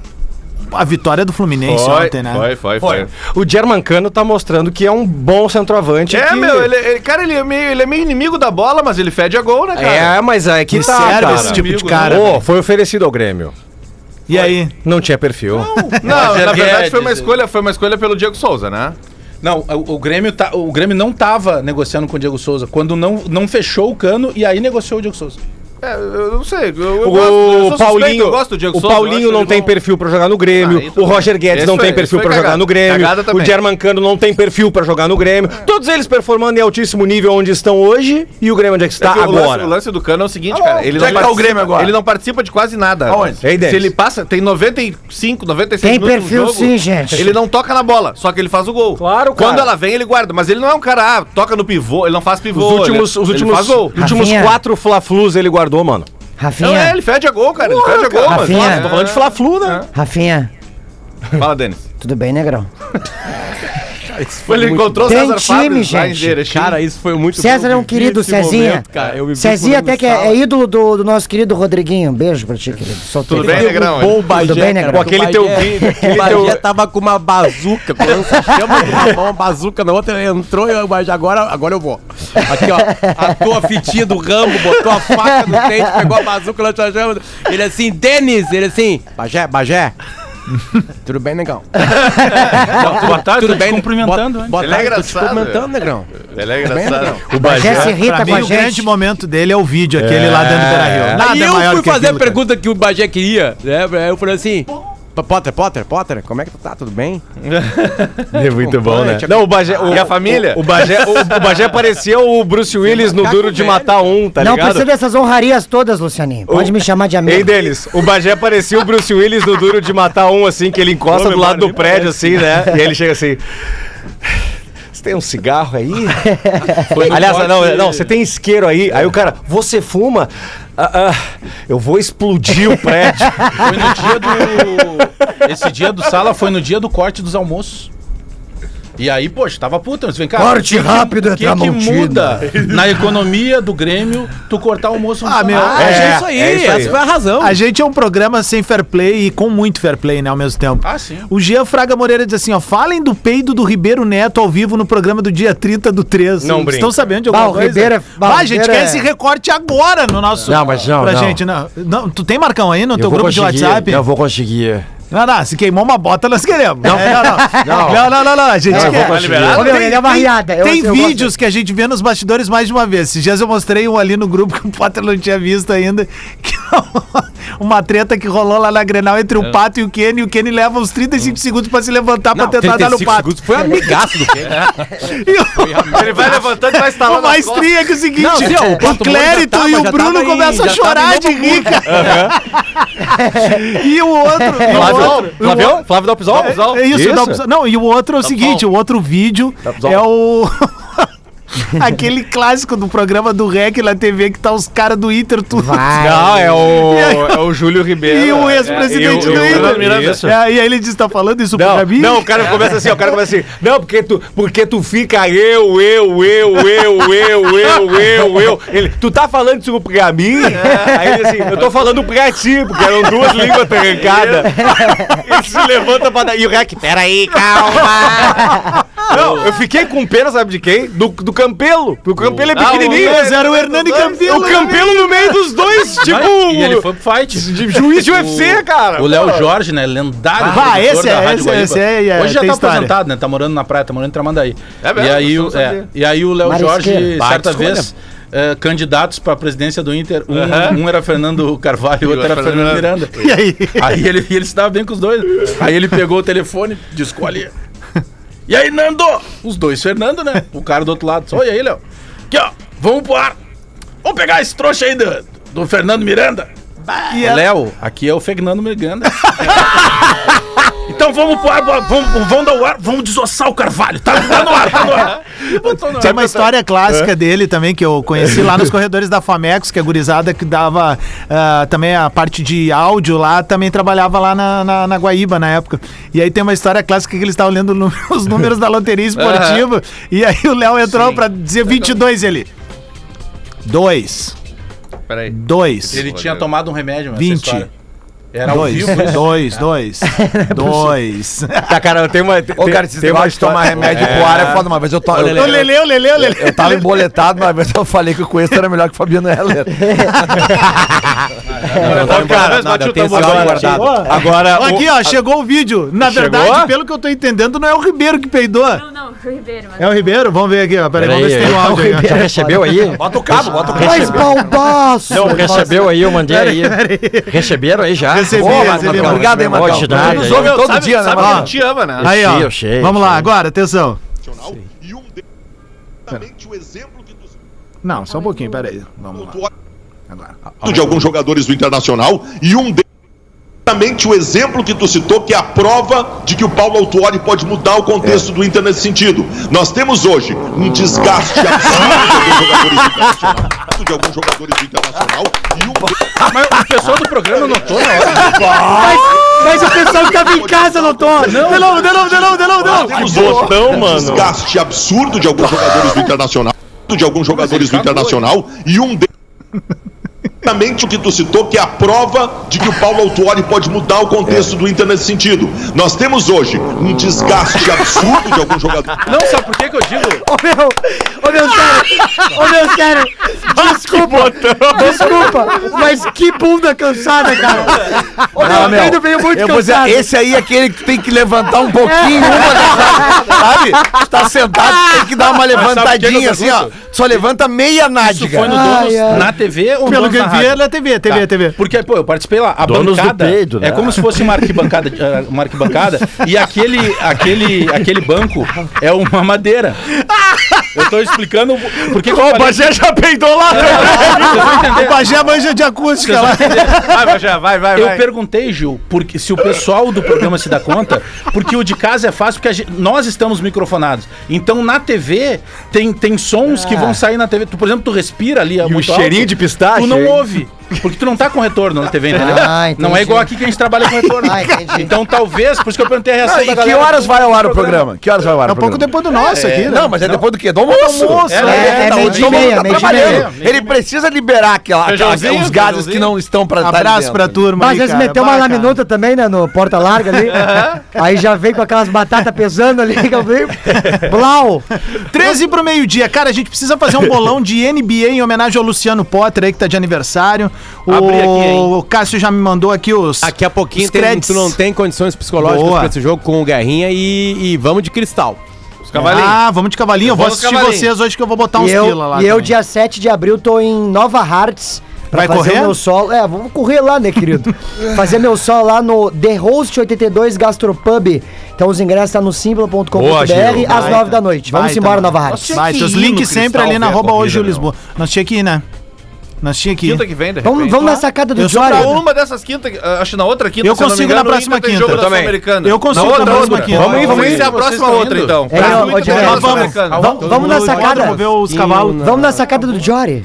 [SPEAKER 2] A vitória do Fluminense ontem, né?
[SPEAKER 7] Foi, foi, foi.
[SPEAKER 3] O Germancano tá mostrando que é um bom centroavante.
[SPEAKER 7] É,
[SPEAKER 3] que-
[SPEAKER 7] meu, ele, ele- cara, ele é, meio, ele é meio inimigo da bola, mas ele fede a gol, né, cara?
[SPEAKER 3] É, mas é que
[SPEAKER 2] Me
[SPEAKER 3] tá,
[SPEAKER 2] serve
[SPEAKER 3] cara.
[SPEAKER 2] esse tipo de cara,
[SPEAKER 3] Ô,
[SPEAKER 2] velho.
[SPEAKER 3] foi oferecido ao Grêmio.
[SPEAKER 2] E aí?
[SPEAKER 3] Não tinha perfil.
[SPEAKER 15] é,
[SPEAKER 7] Não,
[SPEAKER 5] Roger
[SPEAKER 7] na verdade
[SPEAKER 5] Guedes,
[SPEAKER 7] foi uma
[SPEAKER 5] é.
[SPEAKER 7] escolha, foi uma escolha pelo Diego Souza, né?
[SPEAKER 5] Não, o, o Grêmio tá, o Grêmio não tava negociando com o Diego Souza. Quando não, não fechou o cano e aí negociou o Diego Souza.
[SPEAKER 7] É, eu não sei. Eu, eu
[SPEAKER 3] O
[SPEAKER 7] gosto, eu sou suspeito,
[SPEAKER 3] Paulinho,
[SPEAKER 7] eu gosto do Diego
[SPEAKER 3] o
[SPEAKER 7] Souza, eu acho
[SPEAKER 3] Paulinho
[SPEAKER 7] ele
[SPEAKER 3] não tem
[SPEAKER 7] bom.
[SPEAKER 3] perfil pra jogar no
[SPEAKER 7] Ah,
[SPEAKER 3] Grêmio,
[SPEAKER 7] isso
[SPEAKER 3] o Roger Guedes
[SPEAKER 7] Isso
[SPEAKER 3] não
[SPEAKER 7] foi-
[SPEAKER 3] tem perfil
[SPEAKER 7] isso foi
[SPEAKER 3] pra jogar
[SPEAKER 7] cagada.
[SPEAKER 3] no Grêmio,
[SPEAKER 7] Cagada também. É.
[SPEAKER 3] o Germancano não tem perfil pra jogar no Grêmio. Todos eles performando em altíssimo nível onde estão hoje e o Grêmio onde é que
[SPEAKER 7] É
[SPEAKER 3] está
[SPEAKER 7] que o lance-
[SPEAKER 3] agora.
[SPEAKER 7] o lance do Cano é o seguinte, cara. Ele
[SPEAKER 9] Onde é que tá
[SPEAKER 7] participa-
[SPEAKER 9] o Grêmio agora?
[SPEAKER 7] Ele não participa de quase nada.
[SPEAKER 9] Aonde?
[SPEAKER 7] Se
[SPEAKER 3] Ei, Denis.
[SPEAKER 7] ele passa, tem 95, 96
[SPEAKER 6] Tem
[SPEAKER 7] minutos no
[SPEAKER 6] perfil sim, gente.
[SPEAKER 7] Ele não toca na bola, só que ele faz o gol.
[SPEAKER 3] Claro, cara.
[SPEAKER 7] Quando ela vem, ele guarda. Mas ele não é um cara, ah, toca no pivô, ele não faz pivô.
[SPEAKER 3] Os últimos,
[SPEAKER 7] né? ele,
[SPEAKER 3] os
[SPEAKER 7] ele
[SPEAKER 3] últimos,
[SPEAKER 7] faz gol.
[SPEAKER 3] os últimos
[SPEAKER 6] Rafinha.
[SPEAKER 3] quatro Fla-Flus ele guardou,
[SPEAKER 7] Não,
[SPEAKER 3] mano.
[SPEAKER 7] é,
[SPEAKER 6] Rafinha,
[SPEAKER 7] ele fede a gol, cara. Ele fede a gol, mas.
[SPEAKER 6] Rafinha.
[SPEAKER 7] Nossa, tô falando de Fla-
[SPEAKER 3] Fla-Flu, né?
[SPEAKER 6] Rafinha,
[SPEAKER 7] é. Fala, Denis.
[SPEAKER 6] tudo bem, né, negrão?
[SPEAKER 7] Ele encontrou o
[SPEAKER 6] Tem
[SPEAKER 7] César
[SPEAKER 6] time,
[SPEAKER 7] Fábio lá em
[SPEAKER 6] gente.
[SPEAKER 7] Erechim.
[SPEAKER 8] Cara, isso foi muito
[SPEAKER 6] César
[SPEAKER 8] eu
[SPEAKER 6] é um
[SPEAKER 8] vivi
[SPEAKER 6] querido,
[SPEAKER 8] esse
[SPEAKER 6] Cezinha.
[SPEAKER 8] cara. Eu vivi
[SPEAKER 6] Cezinha
[SPEAKER 8] morando
[SPEAKER 6] até
[SPEAKER 8] no
[SPEAKER 6] que é,
[SPEAKER 8] sala.
[SPEAKER 6] é ídolo do, do nosso querido Rodriguinho. Um beijo pra ti, querido. Só
[SPEAKER 7] Tudo
[SPEAKER 6] tem-
[SPEAKER 7] bem, Negrão?
[SPEAKER 8] Bom, o Bagé,
[SPEAKER 6] Tudo bem, Negrão?
[SPEAKER 8] cara,
[SPEAKER 3] Aquele
[SPEAKER 8] o
[SPEAKER 3] teu
[SPEAKER 8] Bagé-
[SPEAKER 3] vídeo, aquele
[SPEAKER 8] O Bagé
[SPEAKER 3] teu-
[SPEAKER 8] tava com uma bazuca, com lança-chama de uma mão, bazuca na outra, ele entrou e o Bagé, agora, agora eu vou. Aqui, ó, atou a fitinha do Rambo, botou a faca no dente, pegou a bazuca, lança-chama. Ele assim, Denis, ele assim, Bagé, Bagé. Tudo bem, negão?
[SPEAKER 17] Boa tarde,
[SPEAKER 8] Tudo
[SPEAKER 17] tô te
[SPEAKER 8] bem,
[SPEAKER 17] cumprimentando.
[SPEAKER 8] Boa,
[SPEAKER 17] hein?
[SPEAKER 8] boa
[SPEAKER 7] Ele é
[SPEAKER 8] tarde, tô te
[SPEAKER 7] engraçado, velho.
[SPEAKER 8] cumprimentando, negrão.
[SPEAKER 7] Ele é
[SPEAKER 8] bem,
[SPEAKER 7] engraçado.
[SPEAKER 8] legal.
[SPEAKER 3] O
[SPEAKER 6] Bagé
[SPEAKER 7] né?
[SPEAKER 6] se
[SPEAKER 2] Pra
[SPEAKER 6] irrita com
[SPEAKER 2] mim,
[SPEAKER 6] a
[SPEAKER 2] o grande
[SPEAKER 6] gente.
[SPEAKER 2] momento dele é o vídeo, aquele lá dentro do Beira-Rio. Nada
[SPEAKER 8] Aí É. eu
[SPEAKER 2] maior
[SPEAKER 8] fui
[SPEAKER 2] que
[SPEAKER 8] fazer
[SPEAKER 2] aquilo, cara.
[SPEAKER 8] a pergunta que o Bagé queria, né? Aí eu falei assim. "P- Potter, Potter, Potter, como é que tu tá? Tudo bem?
[SPEAKER 15] É muito bom, né?
[SPEAKER 3] Não, o Bagé. O,
[SPEAKER 7] E a família?
[SPEAKER 3] O, o Bagé, o, o Bagé parecia o Bruce Willis no
[SPEAKER 8] macaco
[SPEAKER 3] Duro de
[SPEAKER 8] velho.
[SPEAKER 3] Matar Um, tá
[SPEAKER 6] não
[SPEAKER 3] ligado?
[SPEAKER 6] precisa dessas honrarias todas, Lucianinho. Pode
[SPEAKER 3] O-
[SPEAKER 6] me chamar de
[SPEAKER 3] Ei,
[SPEAKER 6] amigo.
[SPEAKER 3] Denis, o Bagé parecia o Bruce Willis no Duro de Matar Um, assim, que ele encosta do lado do prédio, assim, né? E aí ele chega assim. Você tem um cigarro aí? Aliás, não, não, você tem isqueiro aí. Aí o cara, você fuma? Ah, ah, eu vou explodir o prédio.
[SPEAKER 5] Foi no dia do. Esse dia do sala foi no dia do corte dos almoços. E aí, poxa, tava puta, mas vem cá.
[SPEAKER 6] Corte
[SPEAKER 5] o que que-
[SPEAKER 6] rápido é
[SPEAKER 5] O que, que
[SPEAKER 6] Tramontina.
[SPEAKER 5] muda na economia do Grêmio tu cortar almoço no
[SPEAKER 2] Ah, meu,
[SPEAKER 5] sábado?
[SPEAKER 2] é,
[SPEAKER 8] Achei isso aí,
[SPEAKER 3] é isso aí.
[SPEAKER 8] essa foi a razão.
[SPEAKER 2] A gente é um programa sem fair play e com muito fair play, né, ao mesmo tempo.
[SPEAKER 5] Ah, sim.
[SPEAKER 2] O Jean Fraga Moreira diz assim, ó, falem do peido do Ribeiro Neto ao vivo no programa do dia 30 do 3.
[SPEAKER 3] Não
[SPEAKER 2] Vocês
[SPEAKER 3] brinca.
[SPEAKER 2] Estão sabendo de
[SPEAKER 6] Bah,
[SPEAKER 2] alguma
[SPEAKER 6] o
[SPEAKER 2] coisa?
[SPEAKER 6] Ribeiro é- bah, o
[SPEAKER 2] bah, a gente
[SPEAKER 6] Ribeiro
[SPEAKER 2] quer
[SPEAKER 6] é-
[SPEAKER 2] esse recorte agora no nosso...
[SPEAKER 16] Não, mas não,
[SPEAKER 2] Pra
[SPEAKER 16] não.
[SPEAKER 2] gente, não. Não, tu tem, Marcão, aí no
[SPEAKER 16] Eu
[SPEAKER 2] teu
[SPEAKER 16] vou
[SPEAKER 2] grupo de
[SPEAKER 16] conseguir,
[SPEAKER 2] WhatsApp?
[SPEAKER 16] Eu vou conseguir.
[SPEAKER 2] Não, não, se queimou uma bota, nós queremos. Não, não, não.
[SPEAKER 16] Não.
[SPEAKER 2] Não, não, não, não, a gente
[SPEAKER 16] Não, eu vou
[SPEAKER 2] quer.
[SPEAKER 16] conseguir.
[SPEAKER 6] Ô, meu,
[SPEAKER 2] Tem-
[SPEAKER 6] ele é uma
[SPEAKER 2] tem-
[SPEAKER 6] riada. Eu-
[SPEAKER 2] Tem
[SPEAKER 6] eu gosto
[SPEAKER 2] vídeos que a gente vê nos bastidores mais de uma vez. Esses dias eu mostrei um ali no grupo que o Potter não tinha visto ainda. Que é uma- uma treta que rolou lá na Grenal entre o Pato e o Kenny. E o Kenny leva uns 35 segundos pra se levantar pra tentar dar no
[SPEAKER 8] 35
[SPEAKER 2] Pato.
[SPEAKER 8] segundos, Foi amigaço do Pedro.
[SPEAKER 2] E
[SPEAKER 7] Ele vai levantando e vai
[SPEAKER 2] o,
[SPEAKER 7] instalar
[SPEAKER 2] o mais tri é que é o seguinte:
[SPEAKER 8] Não, sim, ó, o
[SPEAKER 2] o,
[SPEAKER 8] Pato Moura já
[SPEAKER 2] Clérito
[SPEAKER 8] tava-
[SPEAKER 2] e o
[SPEAKER 8] já
[SPEAKER 2] Bruno
[SPEAKER 8] tava em-
[SPEAKER 2] começam a
[SPEAKER 8] já tava
[SPEAKER 2] chorar
[SPEAKER 8] em
[SPEAKER 2] de
[SPEAKER 8] novo
[SPEAKER 2] rir, cara. E o outro. e o outro-
[SPEAKER 3] Flávio,
[SPEAKER 2] e o outro-
[SPEAKER 3] Flávio, Flávio Dalpisol? Dalpisol?
[SPEAKER 2] É isso, dá pra- Não, e o outro é
[SPEAKER 3] Tá
[SPEAKER 2] o seguinte, o outro vídeo é o... Aquele clássico do programa do REC na TV que tá os caras do Inter tudo.
[SPEAKER 6] Vai.
[SPEAKER 3] Não, é o, é o Júlio Ribeiro.
[SPEAKER 2] Ah, E o ex-presidente
[SPEAKER 3] É, e o-
[SPEAKER 2] do
[SPEAKER 3] e o Fernando
[SPEAKER 2] Inter.
[SPEAKER 3] Miranda.
[SPEAKER 2] É, e aí ele diz, tá falando isso
[SPEAKER 3] Não,
[SPEAKER 2] pra mim?
[SPEAKER 3] não, o cara começa assim, ó, o cara começa assim, não, porque tu, porque tu fica eu, eu, eu, eu, eu, eu, eu, eu. Ele, tu tá falando isso pra mim? Aí ele assim, eu tô falando pra ti, porque eram duas línguas trancadas. Ele se levanta pra dar. E o Rec, peraí, calma! Não, eu fiquei com pena, sabe de quem? Do, do Campelo. Porque o Campelo é
[SPEAKER 7] Ah, o
[SPEAKER 3] pequenininho.
[SPEAKER 7] Hernani-
[SPEAKER 2] Era o Hernani Campelo. né?
[SPEAKER 3] o Campelo no meio dos dois, tipo.
[SPEAKER 5] E ele foi pro fight.
[SPEAKER 3] Juiz de UFC,
[SPEAKER 5] O-
[SPEAKER 3] cara.
[SPEAKER 5] O Léo Jorge, né? Lendário.
[SPEAKER 2] Ah,
[SPEAKER 5] produtor
[SPEAKER 2] esse é- esse é-
[SPEAKER 5] Guaíba.
[SPEAKER 2] esse é- é-
[SPEAKER 5] Hoje já
[SPEAKER 2] tem
[SPEAKER 5] tá
[SPEAKER 2] história.
[SPEAKER 5] aposentado, né? Tá morando na praia, tá morando em Tramandaí.
[SPEAKER 7] É mesmo?
[SPEAKER 5] e, aí,
[SPEAKER 7] Eu
[SPEAKER 5] o-
[SPEAKER 7] não
[SPEAKER 5] é.
[SPEAKER 7] sabia.
[SPEAKER 5] e aí o Léo Jorge,
[SPEAKER 6] Marisqueira.
[SPEAKER 5] certa
[SPEAKER 8] escolha.
[SPEAKER 5] vez, eh, candidatos pra presidência do Inter. Um, um era Fernando Carvalho e o outro era Fernando Miranda.
[SPEAKER 2] E aí?
[SPEAKER 5] Aí ele, ele se dava bem com os dois. Aí ele pegou o telefone, discou ali. E aí, Nando? Os dois Fernando, né? O cara do outro lado. Só, e aí, Léo? Aqui, ó. Vamos pro ar.
[SPEAKER 17] Vamos pegar esse trouxa aí do, do Fernando Miranda. E é- Léo, aqui é o Fernando Miranda. Então vamos pro ar, bo- vamos, vamos dar o ar, vamos desossar o Carvalho. Tá, tá no ar, tá no ar. E botou no ar.
[SPEAKER 2] Tem uma história clássica dele também que eu conheci lá nos corredores da Famecos, que a gurizada que dava ah, também a parte de áudio lá, também trabalhava lá na, na, na Guaíba na época. E aí tem uma história clássica que eles estavam lendo nu- os números da loteria esportiva. E aí o Léo entrou pra dizer 22 ele. Dois.
[SPEAKER 5] Peraí.
[SPEAKER 2] Dois.
[SPEAKER 5] Ele tinha tomado um remédio, essa
[SPEAKER 2] 20.
[SPEAKER 5] história. Era ao
[SPEAKER 2] Dois,
[SPEAKER 5] vivo isso?
[SPEAKER 2] dois, dois, dois.
[SPEAKER 16] Tá, cara, eu tenho uma. Tem,
[SPEAKER 9] Ô, cara, esses negócios de tomar remédio pro ar é foda. Uma vez eu tava.
[SPEAKER 16] Ô,
[SPEAKER 9] Eu,
[SPEAKER 16] Lelê,
[SPEAKER 2] Leleu, leleu, leleu.
[SPEAKER 9] eu tava emboletado, uma vez eu falei que o Cuesta era melhor que o Fabiano Heller.
[SPEAKER 16] Não, não, cara, nada, eu tenho esse áudio guardado. Agora,
[SPEAKER 9] Ah,
[SPEAKER 2] Ó, Aqui,
[SPEAKER 16] o-
[SPEAKER 2] ó, chegou o vídeo. Na
[SPEAKER 16] Chegou?
[SPEAKER 2] verdade, pelo que eu tô entendendo, não é o Ribeiro que peidou.
[SPEAKER 18] Não, não, Ribeiro, mas.
[SPEAKER 2] É o Ribeiro? Vamos ver aqui, ó. Peraí, vamos ver se tem o
[SPEAKER 9] é
[SPEAKER 2] áudio aí. ó.
[SPEAKER 16] Já recebeu aí? Bota o cabo, bota o cabo.
[SPEAKER 6] Mas baldaço!
[SPEAKER 16] Não, recebeu aí, eu mandei aí. Receberam aí já?
[SPEAKER 2] Recebi,
[SPEAKER 16] Boa,
[SPEAKER 2] recebi,
[SPEAKER 16] Marcão.
[SPEAKER 2] Marcão.
[SPEAKER 16] Obrigado, hein, Marcão.
[SPEAKER 2] Pode dar,
[SPEAKER 16] Tu nos
[SPEAKER 2] aí.
[SPEAKER 16] ouve
[SPEAKER 2] Todo
[SPEAKER 16] sabe-
[SPEAKER 2] dia, né,
[SPEAKER 16] sabe
[SPEAKER 2] Marcão?
[SPEAKER 16] que te ama, né?
[SPEAKER 2] Aí, ó.
[SPEAKER 16] Eu sei, eu sei,
[SPEAKER 2] Vamos
[SPEAKER 16] eu
[SPEAKER 2] lá,
[SPEAKER 16] sei.
[SPEAKER 2] agora, atenção. Não, só um pouquinho, peraí. Vamos lá.
[SPEAKER 19] de alguns jogadores do Internacional e um deles exatamente o exemplo que tu citou, que é a prova de que o Paulo Autuori pode mudar o contexto do Inter nesse sentido. Nós temos hoje um desgaste absurdo de alguns jogadores do Internacional. De alguns jogadores do Internacional e um... Mas o pessoal do programa notou na hora.
[SPEAKER 6] Mas o pessoal que tava em casa, doutor! Não, não, não, não, não, não!
[SPEAKER 19] Temos hoje um desgaste absurdo de alguns jogadores do Internacional, de alguns jogadores do Internacional e um deles exatamente o que tu citou, que é a prova de que o Paulo Autuori pode mudar o contexto do Inter nesse sentido. Nós temos hoje um desgaste absurdo de alguns jogadores.
[SPEAKER 5] Não, sabe por que que eu digo?
[SPEAKER 6] Ô meu, ô meu sério, ô meu sério, desculpa, desculpa, mas que bunda cansada, cara. Ô
[SPEAKER 9] Não,
[SPEAKER 6] meu,
[SPEAKER 9] meu,
[SPEAKER 6] ainda veio muito
[SPEAKER 9] eu vou dizer,
[SPEAKER 6] cansado.
[SPEAKER 9] esse aí é aquele que tem que levantar um pouquinho, uma das- sabe? Tu tá sentado, tem que dar uma
[SPEAKER 5] Mas sabe por que que
[SPEAKER 9] levantadinha
[SPEAKER 5] eu
[SPEAKER 9] assim, ó.
[SPEAKER 5] pergunto?
[SPEAKER 9] Só levanta meia nádega.
[SPEAKER 5] Isso foi no Donos na TV ou no
[SPEAKER 9] Pelo
[SPEAKER 5] Donos
[SPEAKER 9] que
[SPEAKER 5] na
[SPEAKER 9] eu vi,
[SPEAKER 5] rádio?
[SPEAKER 9] é na TV, TV, TV.
[SPEAKER 5] Porque, pô, eu participei lá. A
[SPEAKER 9] Donos do
[SPEAKER 5] bancada
[SPEAKER 9] peido, né?
[SPEAKER 5] é como se fosse uma arquibancada, eh, uma arquibancada e aquele, aquele, aquele banco é uma madeira. Eu tô explicando porque...
[SPEAKER 16] Ô, o Bagé já peidou lá
[SPEAKER 2] O Bagé
[SPEAKER 9] Tá.
[SPEAKER 2] manja de acústica É lá.
[SPEAKER 5] Vai, Bajé, vai, vai. Eu
[SPEAKER 2] vai.
[SPEAKER 5] perguntei, Gil, porque se o pessoal do programa se dá conta, porque o de casa é fácil, porque a gente- nós estamos microfonados. Então na TV tem, tem sons que vão sair na TV. Tu, por exemplo, tu respira ali. Ah. E
[SPEAKER 16] o cheirinho de pistache,
[SPEAKER 5] Tu não
[SPEAKER 16] hein?
[SPEAKER 5] ouve. Porque tu não tá com retorno na TV, entendeu?
[SPEAKER 16] Ah,
[SPEAKER 5] não é
[SPEAKER 16] entendi.
[SPEAKER 5] igual aqui que a gente trabalha com retorno.
[SPEAKER 16] Ah, entendi.
[SPEAKER 5] então talvez, por isso que eu perguntei a reação
[SPEAKER 9] Ah,
[SPEAKER 5] da
[SPEAKER 9] e que
[SPEAKER 5] galera
[SPEAKER 9] horas
[SPEAKER 5] do-
[SPEAKER 9] vai ao ar
[SPEAKER 5] do
[SPEAKER 9] o programa? Que horas vai ao ar
[SPEAKER 5] É
[SPEAKER 9] o
[SPEAKER 5] um pouco
[SPEAKER 9] programa?
[SPEAKER 5] depois do nosso aqui, né?
[SPEAKER 9] Não, mas é depois do quê? Do almoço.
[SPEAKER 5] Do almoço,
[SPEAKER 9] É,
[SPEAKER 5] né?
[SPEAKER 9] é,
[SPEAKER 5] É,
[SPEAKER 9] tá,
[SPEAKER 5] meio
[SPEAKER 9] o
[SPEAKER 5] de
[SPEAKER 9] todo mundo
[SPEAKER 2] um
[SPEAKER 5] meia,
[SPEAKER 9] tá
[SPEAKER 5] meio de
[SPEAKER 9] trabalhando.
[SPEAKER 5] meia.
[SPEAKER 9] Ele precisa liberar aquela, aquela-
[SPEAKER 5] Feijãozinho,
[SPEAKER 9] os gases que não estão pra tá ali
[SPEAKER 2] Abraço
[SPEAKER 9] dentro.
[SPEAKER 2] pra turma
[SPEAKER 6] Mas
[SPEAKER 2] aí,
[SPEAKER 6] eles
[SPEAKER 2] cara.
[SPEAKER 6] meteu uma
[SPEAKER 2] Bah,
[SPEAKER 6] laminota também, né, no porta larga ali. Aí já vem com aquelas batatas pesando ali, que eu vi. Blau!
[SPEAKER 2] 13 pro meio-dia. Cara, a gente precisa fazer um bolão de NBA em homenagem ao Luciano Potter aí, que tá de aniversário. O,
[SPEAKER 8] Abri aqui, hein?
[SPEAKER 2] o Cássio já me mandou aqui os.
[SPEAKER 8] Daqui a pouquinho
[SPEAKER 2] os
[SPEAKER 8] tem- um
[SPEAKER 2] créditos.
[SPEAKER 8] tu não tem condições psicológicas
[SPEAKER 2] Boa.
[SPEAKER 8] pra esse jogo com o Guerrinha e, e vamos de cristal. Os
[SPEAKER 2] Ah, vamos de cavalinho. Eu vou
[SPEAKER 8] Vamos
[SPEAKER 2] assistir
[SPEAKER 8] cavalinho.
[SPEAKER 2] vocês hoje que eu vou botar Tá uns
[SPEAKER 6] e eu,
[SPEAKER 2] pila lá.
[SPEAKER 6] E eu,
[SPEAKER 2] também.
[SPEAKER 6] dia 7 de abril, tô em Nova Hearts. Pra
[SPEAKER 2] Vai
[SPEAKER 6] fazer
[SPEAKER 2] correr?
[SPEAKER 6] o meu sol. É, vamos correr lá, né, querido? fazer meu sol lá no The Host 82 Gastropub. Então os ingressos tá no simpla.com.br
[SPEAKER 2] Boa, Gil.
[SPEAKER 6] às
[SPEAKER 2] Baita.
[SPEAKER 6] 9 da noite. Vamos
[SPEAKER 2] Baita,
[SPEAKER 6] embora,
[SPEAKER 2] mano.
[SPEAKER 6] Nova Hearts.
[SPEAKER 2] Vai, os links sempre ali na arroba hoje o Lisboa. Nós tinha que ir, né? Nós tinha que ir.
[SPEAKER 7] Quinta que vem, de
[SPEAKER 6] Vamos,
[SPEAKER 7] repente.
[SPEAKER 6] vamos na sacada do
[SPEAKER 2] Eu sou
[SPEAKER 6] Diário.
[SPEAKER 2] pra
[SPEAKER 7] Uma dessas quintas, ah, acho que na outra quinta,
[SPEAKER 2] Eu
[SPEAKER 7] se eu não me
[SPEAKER 2] consigo
[SPEAKER 7] engano,
[SPEAKER 2] na próxima
[SPEAKER 7] ainda tem
[SPEAKER 2] quinta.
[SPEAKER 7] jogo da
[SPEAKER 2] Eu também.
[SPEAKER 7] Sul-Americana.
[SPEAKER 2] Eu consigo
[SPEAKER 7] Na
[SPEAKER 2] na
[SPEAKER 7] outra,
[SPEAKER 2] próxima
[SPEAKER 7] outra.
[SPEAKER 2] quinta.
[SPEAKER 7] Vamos ir, vamos ir.
[SPEAKER 2] Vocês
[SPEAKER 7] Essa é a
[SPEAKER 2] estão
[SPEAKER 7] próxima
[SPEAKER 2] indo?
[SPEAKER 7] outra, então.
[SPEAKER 6] É, ó, ô, Diário,
[SPEAKER 7] Nós
[SPEAKER 2] vamos.
[SPEAKER 6] Vamos, vamos na sacada.
[SPEAKER 2] Vamos ver os cavalos.
[SPEAKER 8] né?
[SPEAKER 6] Vamos na sacada do Jory.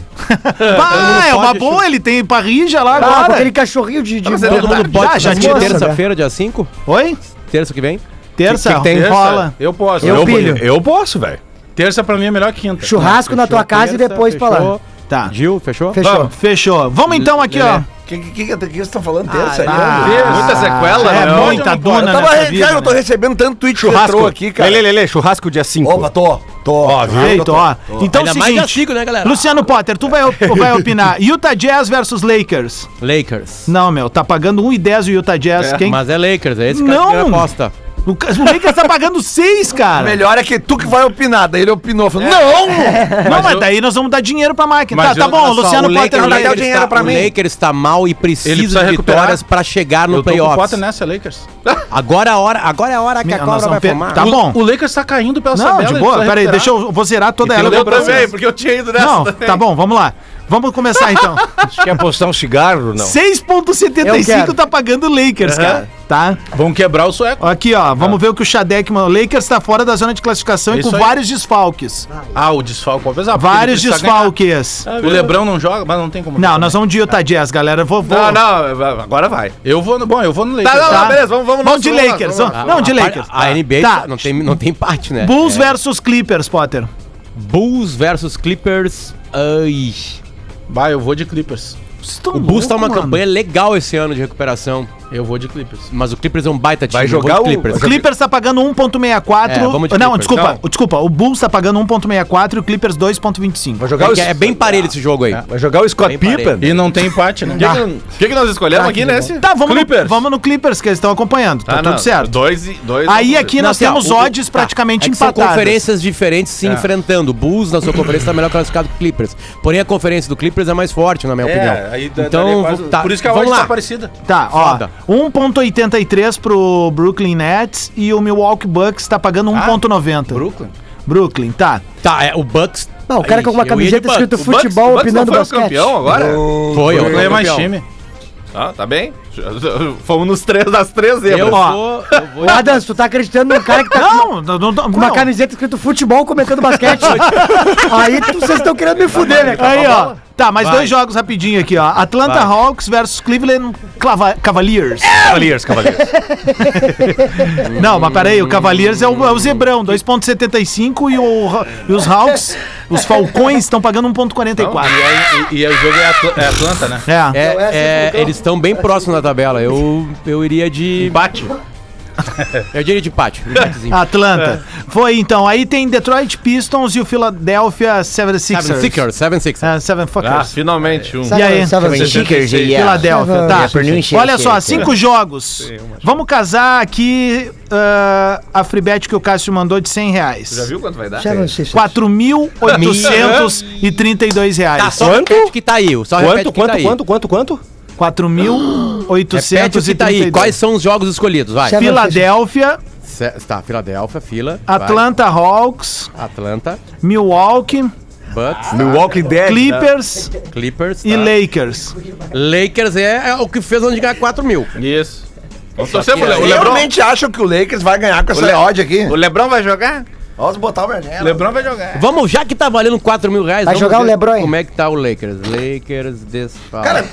[SPEAKER 2] Ah, é uma boa, ele tem parrija lá
[SPEAKER 6] Ah, com aquele
[SPEAKER 2] agora.
[SPEAKER 6] cachorrinho de. um de
[SPEAKER 2] Todo
[SPEAKER 8] Todo mundo pode
[SPEAKER 2] já, já
[SPEAKER 8] assistir
[SPEAKER 2] tinha terça-feira.
[SPEAKER 8] terça-feira, dia 5?
[SPEAKER 2] Oi?
[SPEAKER 8] Terça que vem?
[SPEAKER 2] Terça,
[SPEAKER 8] Que que tem?
[SPEAKER 2] rola.
[SPEAKER 5] Eu posso.
[SPEAKER 6] Eu pilho.
[SPEAKER 16] Eu posso, velho.
[SPEAKER 5] Terça pra mim é melhor que quinta.
[SPEAKER 6] Churrasco na tua casa e depois pra lá.
[SPEAKER 8] fechou.
[SPEAKER 2] Tá.
[SPEAKER 8] Gil, fechou?
[SPEAKER 6] Fechou.
[SPEAKER 2] Vamos, Fechou. Vamos então aqui, ó.
[SPEAKER 9] O que, que, que, que vocês estão falando terça? aí?
[SPEAKER 7] Muita sequela,
[SPEAKER 2] É
[SPEAKER 7] né?
[SPEAKER 2] muita
[SPEAKER 9] Eu
[SPEAKER 2] duna
[SPEAKER 9] tava,
[SPEAKER 2] nessa
[SPEAKER 9] re-
[SPEAKER 2] vida,
[SPEAKER 9] cara, eu tô
[SPEAKER 2] né?
[SPEAKER 9] recebendo tanto tweet
[SPEAKER 16] Churrasco.
[SPEAKER 9] churrasco aqui, cara.
[SPEAKER 16] Lelê, Lelê, churrasco dia 5.
[SPEAKER 9] Opa, tô, tô.
[SPEAKER 16] Ó, viu?
[SPEAKER 2] Perfeito, Tá ó. Então é o
[SPEAKER 8] Ainda mais dia
[SPEAKER 2] seguinte,
[SPEAKER 8] 5, né, galera?
[SPEAKER 2] Luciano Potter, tu vai, op- vai opinar Utah Jazz versus Lakers.
[SPEAKER 8] Lakers.
[SPEAKER 2] Não, meu, tá pagando 1,10 o Utah Jazz. Quem...
[SPEAKER 8] Mas é Lakers, é esse
[SPEAKER 2] Não!
[SPEAKER 8] cara que aposta.
[SPEAKER 2] O, ca- o Lakers tá pagando 6,
[SPEAKER 9] O
[SPEAKER 2] cara.
[SPEAKER 9] melhor é que tu que vai opinar. Daí ele opinou. Falou, não!
[SPEAKER 2] Não, mas daí nós vamos dar dinheiro pra máquina.
[SPEAKER 5] Mas
[SPEAKER 2] Tá, tá
[SPEAKER 5] eu-
[SPEAKER 2] bom,
[SPEAKER 5] olha só,
[SPEAKER 2] Luciano
[SPEAKER 5] o
[SPEAKER 2] Potter.
[SPEAKER 5] Lakers-
[SPEAKER 2] vai-
[SPEAKER 9] Então Dá o dinheiro
[SPEAKER 8] tá,
[SPEAKER 9] pra
[SPEAKER 8] o
[SPEAKER 9] mim.
[SPEAKER 8] Lakers tá mal e
[SPEAKER 5] Ele
[SPEAKER 8] precisa
[SPEAKER 5] precisa
[SPEAKER 8] de
[SPEAKER 5] recuperar.
[SPEAKER 8] vitórias pra chegar
[SPEAKER 5] Eu
[SPEAKER 8] no
[SPEAKER 5] tô com
[SPEAKER 8] playoffs.
[SPEAKER 5] cota nessa, Lakers.
[SPEAKER 8] Agora, é a hora, agora é a hora que
[SPEAKER 2] Meu,
[SPEAKER 8] a
[SPEAKER 2] nós
[SPEAKER 8] cobra vai
[SPEAKER 2] vamos per-
[SPEAKER 8] formar.
[SPEAKER 2] Tá
[SPEAKER 5] O-
[SPEAKER 2] bom.
[SPEAKER 5] O Lakers tá caindo pela
[SPEAKER 2] Não, de boa, peraí, deixa eu vou zerar toda ela.
[SPEAKER 7] Eu
[SPEAKER 2] vou-
[SPEAKER 7] também, porque eu tinha ido nessa
[SPEAKER 2] Não,
[SPEAKER 7] também.
[SPEAKER 2] tá bom, vamos lá. Vamos começar então.
[SPEAKER 3] Quer apostar um cigarro, não?
[SPEAKER 2] 6,75 tá pagando o Lakers,
[SPEAKER 3] Aham.
[SPEAKER 2] cara. Tá?
[SPEAKER 5] Vão quebrar o sueco.
[SPEAKER 2] Aqui, ó. Vamos ver o que o Shadek mandou. O Lakers tá fora da zona de classificação e
[SPEAKER 5] Isso
[SPEAKER 2] com
[SPEAKER 5] aí.
[SPEAKER 2] vários desfalques.
[SPEAKER 5] Ah, o desfalque, apesar porque
[SPEAKER 2] vários
[SPEAKER 5] ele precisa ganhar. Ah.
[SPEAKER 2] desfalques.
[SPEAKER 5] O Lebrão não joga, mas não tem como.
[SPEAKER 2] Não, nós vamos de Utah Jazz, galera. Vou, vou.
[SPEAKER 5] Não,
[SPEAKER 7] não, agora vai.
[SPEAKER 5] Eu vou no. Bom, eu vou no
[SPEAKER 7] Tá,
[SPEAKER 5] Lakers. tá?
[SPEAKER 2] não, não, beleza,
[SPEAKER 7] vamos,
[SPEAKER 2] Vamos de Lakers. vamos- Não, de
[SPEAKER 8] a par-
[SPEAKER 2] Lakers.
[SPEAKER 8] A NBA
[SPEAKER 2] Tá.
[SPEAKER 8] tá, não, tem, não tem parte, né?
[SPEAKER 2] Bulls versus Clippers, Potter.
[SPEAKER 8] Bulls versus Clippers. Ai.
[SPEAKER 5] Vai, eu vou de Clippers.
[SPEAKER 8] O Bulls tá uma
[SPEAKER 2] louco, mano.
[SPEAKER 8] campanha legal esse ano de recuperação.
[SPEAKER 5] Eu vou de Clippers.
[SPEAKER 8] Mas o Clippers é um baita time.
[SPEAKER 2] Vai
[SPEAKER 8] eu vou
[SPEAKER 2] jogar
[SPEAKER 8] de
[SPEAKER 2] o
[SPEAKER 8] Clippers.
[SPEAKER 2] Clippers. tá pagando 1.64.
[SPEAKER 8] É, vamos de
[SPEAKER 2] não,
[SPEAKER 8] Clippers.
[SPEAKER 2] desculpa,
[SPEAKER 8] Não.
[SPEAKER 2] o- desculpa. O Bulls tá pagando 1.64 e o Clippers 2.25. Vai
[SPEAKER 8] É, que é bem parelho esse jogo aí.
[SPEAKER 16] Vai jogar o Scott
[SPEAKER 8] Pippen.
[SPEAKER 5] E não tem empate, né?
[SPEAKER 7] O que, que- que que nós escolhemos aqui, né? esse?
[SPEAKER 2] Tá, vamos no,
[SPEAKER 7] Clippers.
[SPEAKER 2] vamos no Clippers, que eles estão acompanhando. Tá
[SPEAKER 7] Ah,
[SPEAKER 2] tudo
[SPEAKER 7] não,
[SPEAKER 2] certo.
[SPEAKER 7] Dois, e- um. dois
[SPEAKER 2] Aí
[SPEAKER 7] vamos
[SPEAKER 2] aqui
[SPEAKER 7] ver.
[SPEAKER 2] nós
[SPEAKER 8] Não,
[SPEAKER 2] temos
[SPEAKER 8] o- o-
[SPEAKER 2] odds praticamente
[SPEAKER 8] é que São
[SPEAKER 2] empatadas.
[SPEAKER 8] conferências diferentes se
[SPEAKER 2] É.
[SPEAKER 8] enfrentando. O Bulls na sua conferência tá melhor classificado que o Clippers. Porém, a conferência do Clippers é mais forte, na minha opinião. então, vou- tá,
[SPEAKER 5] Por isso que a
[SPEAKER 8] vamos
[SPEAKER 5] odd
[SPEAKER 8] lá.
[SPEAKER 5] tá parecida.
[SPEAKER 2] Tá, ó.
[SPEAKER 8] Foda.
[SPEAKER 2] 1.83 pro Brooklyn Nets e o Milwaukee Bucks tá pagando 1.90. Brooklyn? Brooklyn, tá.
[SPEAKER 8] Tá, é, o Bucks.
[SPEAKER 6] Não, o cara com uma
[SPEAKER 8] Eu ia de
[SPEAKER 6] camiseta
[SPEAKER 8] Bucks.
[SPEAKER 6] escrito
[SPEAKER 8] O
[SPEAKER 7] Bucks-
[SPEAKER 6] futebol
[SPEAKER 7] o Bucks não
[SPEAKER 6] opinando
[SPEAKER 7] foi o
[SPEAKER 6] basquete.
[SPEAKER 7] campeão agora?
[SPEAKER 8] Foi,
[SPEAKER 7] eu
[SPEAKER 8] eu
[SPEAKER 7] ganhei
[SPEAKER 5] mais
[SPEAKER 7] mais
[SPEAKER 5] time.
[SPEAKER 7] time. Ah, tá bem. Fomos nos três, das três zebras.
[SPEAKER 8] Eu
[SPEAKER 7] Ó,
[SPEAKER 8] vou, eu vou-
[SPEAKER 6] Adams, tu tá acreditando num cara que tá com
[SPEAKER 2] Não, não, não, não.
[SPEAKER 6] uma camiseta escrito futebol comentando basquete? Aí tu- vocês estão querendo me fuder, né, cara?
[SPEAKER 2] Aí, ó. Tá, mas
[SPEAKER 8] Vai.
[SPEAKER 2] dois jogos rapidinho aqui, ó. Atlanta Hawks versus Cleveland Clava- Cavaliers.
[SPEAKER 3] Cavaliers, Cavaliers.
[SPEAKER 2] Não, mas peraí, o Cavaliers é o, é o Zebrão, 2,75 e, o, e os Hawks, os Falcões, estão um pagagando 1,44.
[SPEAKER 5] Então, E, aí- e- e aí o jogo é Atl- é Atlanta, né?
[SPEAKER 2] É.
[SPEAKER 8] É,
[SPEAKER 6] Não, essa é
[SPEAKER 8] é,
[SPEAKER 6] Falcão.
[SPEAKER 8] eles estão bem próximos na tabela. Eu, eu iria de. Empate. Eu diria de empate. um empatezinho.
[SPEAKER 2] Atlanta.
[SPEAKER 5] É.
[SPEAKER 2] Foi então. Aí tem Detroit Pistons e o Philadelphia 76ers.
[SPEAKER 8] Seven Sixers, Seven Sixers.
[SPEAKER 2] É, Seven
[SPEAKER 7] Ah,
[SPEAKER 2] Fuckers.
[SPEAKER 7] finalmente um.
[SPEAKER 2] E aí?
[SPEAKER 6] Seven
[SPEAKER 15] Sixers, yeah.
[SPEAKER 2] Philadelphia, tá.
[SPEAKER 15] Yeah, pronunciation.
[SPEAKER 2] Olha só, cinco jogos. Vamos casar aqui ah, a freebet que o Cássio mandou de 100
[SPEAKER 7] Já
[SPEAKER 2] reais.
[SPEAKER 7] viu quanto vai dar?
[SPEAKER 6] Seven Sixers.
[SPEAKER 2] 4.832
[SPEAKER 8] Tá,
[SPEAKER 2] reais.
[SPEAKER 8] só repete o que tá aí. Só repete o
[SPEAKER 16] Quanto, quanto,
[SPEAKER 8] que tá aí.
[SPEAKER 16] quanto, quanto, quanto?
[SPEAKER 2] 4.832.
[SPEAKER 8] Repete o que tá aí. Quais são os jogos escolhidos? Vai.
[SPEAKER 6] Seven-
[SPEAKER 2] Filadélfia,
[SPEAKER 8] Se- Tá, Filadélfia, fila. vai.
[SPEAKER 2] Atlanta Hawks,
[SPEAKER 8] Atlanta,
[SPEAKER 2] Milwaukee,
[SPEAKER 8] Bucks,
[SPEAKER 16] Milwaukee Dead.
[SPEAKER 2] Clippers
[SPEAKER 8] Clippers
[SPEAKER 2] e
[SPEAKER 8] tá.
[SPEAKER 2] Lakers.
[SPEAKER 8] Lakers é, é o que fez onde ganhar 4 mil.
[SPEAKER 5] Isso.
[SPEAKER 7] Vamos torcer pro Le-
[SPEAKER 9] Eu
[SPEAKER 7] o Lebron.
[SPEAKER 9] realmente acho que o Lakers vai ganhar com
[SPEAKER 7] Le-
[SPEAKER 9] essa odd aqui.
[SPEAKER 7] O Lebron vai jogar?
[SPEAKER 9] Vamos botar o Bernardo.
[SPEAKER 5] Lebron vai jogar.
[SPEAKER 8] Vamos, já que tá valendo 4 mil reais,
[SPEAKER 6] Vai
[SPEAKER 8] vamos
[SPEAKER 6] jogar o
[SPEAKER 8] ver
[SPEAKER 6] Lebron, hein?
[SPEAKER 8] Como é que tá o Lakers? Lakers desfalque.
[SPEAKER 9] Cara,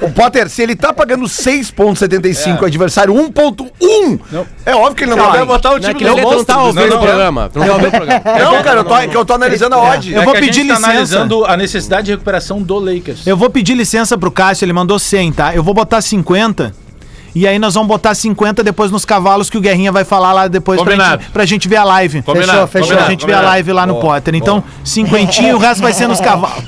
[SPEAKER 9] o Potter, se ele tá pagando 6,75, o adversário 1,1, é óbvio que ele não, vai ganhar.
[SPEAKER 7] botar o
[SPEAKER 8] não é que
[SPEAKER 7] do
[SPEAKER 8] ele não
[SPEAKER 7] Monstro
[SPEAKER 8] tá
[SPEAKER 7] dos
[SPEAKER 8] ouvindo o
[SPEAKER 7] Não,
[SPEAKER 8] programa. Tu Não tá ouvindo o programa.
[SPEAKER 9] Não, cara, eu tô, é que eu tô analisando a odd.
[SPEAKER 2] Eu vou
[SPEAKER 5] que a
[SPEAKER 2] pedir
[SPEAKER 5] gente tá
[SPEAKER 2] licença.
[SPEAKER 5] analisando a necessidade de recuperação do Lakers.
[SPEAKER 2] Eu vou pedir licença pro Cássio, ele mandou 100, tá? Eu vou botar 50. E aí nós vamos botar 50 depois nos cavalos que o Guerrinha vai falar lá depois pra
[SPEAKER 7] Combinado.
[SPEAKER 2] gente, pra gente ver a live.
[SPEAKER 7] Combinado,
[SPEAKER 2] fechou.
[SPEAKER 6] combinado,
[SPEAKER 2] pra gente ver a
[SPEAKER 7] combinado.
[SPEAKER 2] live lá no
[SPEAKER 7] Boa,
[SPEAKER 2] Potter. Então, cinquentinho e o resto vai ser nos cavalos.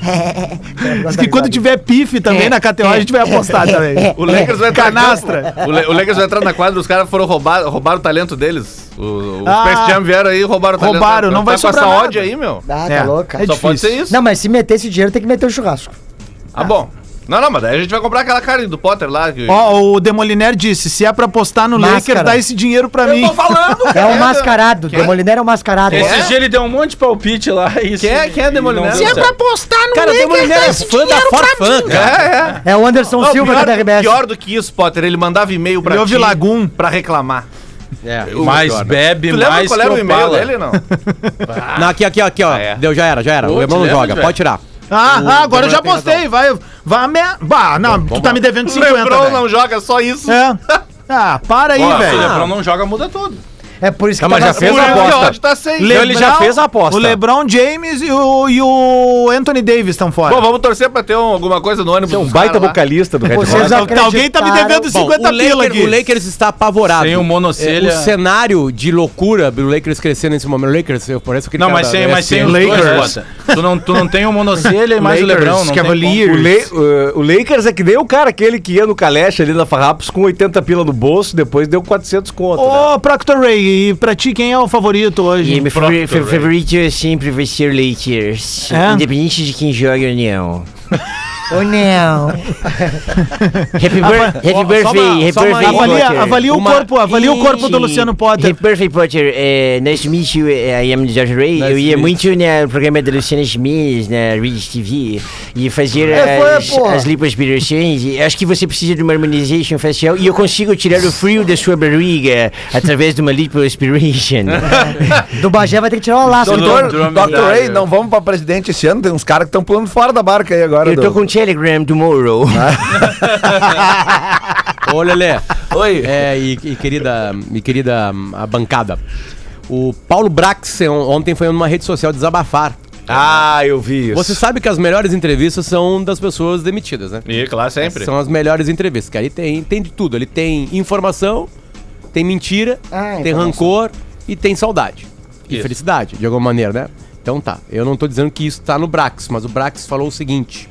[SPEAKER 2] Porque
[SPEAKER 6] Tá
[SPEAKER 2] quando tiver pife também na KTO, a gente vai apostar também.
[SPEAKER 7] O Lakers vai entrar em
[SPEAKER 2] Canastra.
[SPEAKER 7] campo. O, Le- o Lakers vai entrar na quadra, os caras foram roubar, roubaram o talento deles. O, os
[SPEAKER 2] Ah.
[SPEAKER 7] Space Jam vieram aí e roubaram o talento.
[SPEAKER 2] Roubaram, não vai
[SPEAKER 7] tá com
[SPEAKER 2] sobrar
[SPEAKER 7] essa
[SPEAKER 2] nada.
[SPEAKER 7] odd aí, meu.
[SPEAKER 6] Ah, tá
[SPEAKER 2] É.
[SPEAKER 6] louca.
[SPEAKER 2] É
[SPEAKER 7] Só pode
[SPEAKER 2] difícil.
[SPEAKER 7] ser isso.
[SPEAKER 6] Não, mas se meter esse dinheiro, tem que meter o churrasco.
[SPEAKER 7] Ah, bom. Não, não, mas daí a gente vai comprar aquela carne do Potter lá. Que...
[SPEAKER 2] Ó, o Demoliner disse, se é pra apostar no
[SPEAKER 6] Máscara.
[SPEAKER 2] Lakers, dá esse dinheiro pra mim.
[SPEAKER 7] falando,
[SPEAKER 6] É um mascarado. Demoliner é um mascarado.
[SPEAKER 5] Esse dia ele deu um monte de palpite lá. Isso.
[SPEAKER 7] Quem é- quem é
[SPEAKER 5] E não
[SPEAKER 7] Demolinar?
[SPEAKER 5] deu
[SPEAKER 7] Se é
[SPEAKER 5] certo.
[SPEAKER 2] apostar no
[SPEAKER 8] Cara, tem uma mulher fã da Farfã, cara.
[SPEAKER 7] É, é.
[SPEAKER 6] É o Anderson
[SPEAKER 7] Não,
[SPEAKER 6] Silva
[SPEAKER 7] pior,
[SPEAKER 6] da RBS.
[SPEAKER 7] pior do que isso, Potter, ele mandava e-mail pra
[SPEAKER 2] Ele ouve Lagum.
[SPEAKER 7] pra reclamar.
[SPEAKER 8] É,
[SPEAKER 5] Mais
[SPEAKER 8] pior, né?
[SPEAKER 5] bebe,
[SPEAKER 7] Tu lembra
[SPEAKER 5] mais
[SPEAKER 7] qual era o e-mail
[SPEAKER 5] propala.
[SPEAKER 7] dele, não?
[SPEAKER 8] É. Não, aqui, aqui, aqui, ó. Deu, já era, já era.
[SPEAKER 5] Pô,
[SPEAKER 8] o
[SPEAKER 5] te
[SPEAKER 8] Lebron não
[SPEAKER 5] lembro,
[SPEAKER 8] joga.
[SPEAKER 5] velho.
[SPEAKER 8] Pode tirar.
[SPEAKER 2] Ah, ah, agora eu já
[SPEAKER 8] Demoliner tem
[SPEAKER 2] apostei, vai. Vai, me... Bah, não, tu tá me devendo 50,
[SPEAKER 7] Lebron
[SPEAKER 2] velho.
[SPEAKER 7] não joga só isso.
[SPEAKER 2] É. Ah, para aí,
[SPEAKER 5] Ó, Se o
[SPEAKER 2] velho.
[SPEAKER 5] Lebron é não joga, muda tudo.
[SPEAKER 6] É por isso que
[SPEAKER 16] Não, mas já
[SPEAKER 6] nas-
[SPEAKER 16] fez
[SPEAKER 7] Por
[SPEAKER 16] a
[SPEAKER 7] isso que a
[SPEAKER 16] aposta.
[SPEAKER 7] odd tá sem.
[SPEAKER 2] Lebron-
[SPEAKER 16] Então ele já fez a aposta.
[SPEAKER 2] O LeBron James e o, e o Anthony Davis estão fora.
[SPEAKER 7] Bom, vamos torcer pra ter um- alguma coisa no ônibus.
[SPEAKER 16] Você é um
[SPEAKER 7] dos
[SPEAKER 16] baita
[SPEAKER 7] caras lá.
[SPEAKER 16] vocalista do Red Hot.
[SPEAKER 6] Vocês
[SPEAKER 2] Tá- tá- alguém tá me devendo
[SPEAKER 8] Bom,
[SPEAKER 2] 50
[SPEAKER 8] o,
[SPEAKER 2] pila
[SPEAKER 8] Lakers,
[SPEAKER 2] aqui.
[SPEAKER 8] o Lakers está apavorado.
[SPEAKER 5] Sem o monocelha.
[SPEAKER 8] Ah, É, O cenário de loucura do Lakers crescendo nesse momento. Lakers, eu parece que tá
[SPEAKER 5] Não, mas sem, mas sem os dois,
[SPEAKER 2] Lakers.
[SPEAKER 5] Bota. Tu não, tu não tem o monocelha e mais o Lebron. Não tem
[SPEAKER 16] O,
[SPEAKER 5] como.
[SPEAKER 16] Le- uh, o Lakers é que nem o cara aquele que ia no Caleste ali na Farrapos com 80 pila no bolso, depois deu 400 conto. né?
[SPEAKER 2] Ô, Proctor Ray, e pra ti quem é o favorito hoje?
[SPEAKER 15] E meu favori- fa- favorito sempre vai ser o Lakers,
[SPEAKER 2] É?
[SPEAKER 15] independente de quem joga ou não.
[SPEAKER 6] Ou não? Ah,
[SPEAKER 18] Happy, bir happy birthday, happy birthday.
[SPEAKER 2] Avalia,
[SPEAKER 18] Potter.
[SPEAKER 2] avalia o
[SPEAKER 18] Uma-
[SPEAKER 2] corpo, avalia o corpo do
[SPEAKER 18] Ih,
[SPEAKER 2] Luciano Potter.
[SPEAKER 18] Happy birthday, Potter. Eh, nice to meet you. eh, I am George Ray. eu ia muito né, no programa da Luciana Schmidt, na Reach TV, e fazer
[SPEAKER 9] É, foi,
[SPEAKER 18] as,
[SPEAKER 9] porra.
[SPEAKER 18] as lipoaspirações. E Acho que você precisa de uma harmonization facial e eu consigo tirar o frio da sua barriga através de uma lipoaspiration.
[SPEAKER 6] Do Bagé vai ter que tirar o Alasca.
[SPEAKER 9] Doutor,
[SPEAKER 18] Drum-
[SPEAKER 9] Dr. Ray,
[SPEAKER 5] né?
[SPEAKER 18] Drum-
[SPEAKER 9] não vamos pra presidente esse ano. Tem uns caras que estão pulando fora da barca aí agora.
[SPEAKER 18] Eu tô com um Telegram tomorrow.
[SPEAKER 8] né? Ô, Lelê. Oi. É, e, e querida, e querida hum, a bancada. O Paulo Brax on- ontem foi numa rede social desabafar.
[SPEAKER 3] Ah, eu vi isso.
[SPEAKER 8] Você sabe que as melhores entrevistas são das pessoas demitidas, né?
[SPEAKER 7] E, claro, sempre.
[SPEAKER 8] São as melhores entrevistas, que aí tem, tem de tudo. Ele tem informação, tem mentira,
[SPEAKER 6] Ah,
[SPEAKER 8] tem
[SPEAKER 6] informação.
[SPEAKER 8] rancor e tem saudade. E
[SPEAKER 6] Isso.
[SPEAKER 8] felicidade, de alguma maneira, né? Então tá, eu não tô dizendo que isso tá no Brax, mas o Brax falou o seguinte.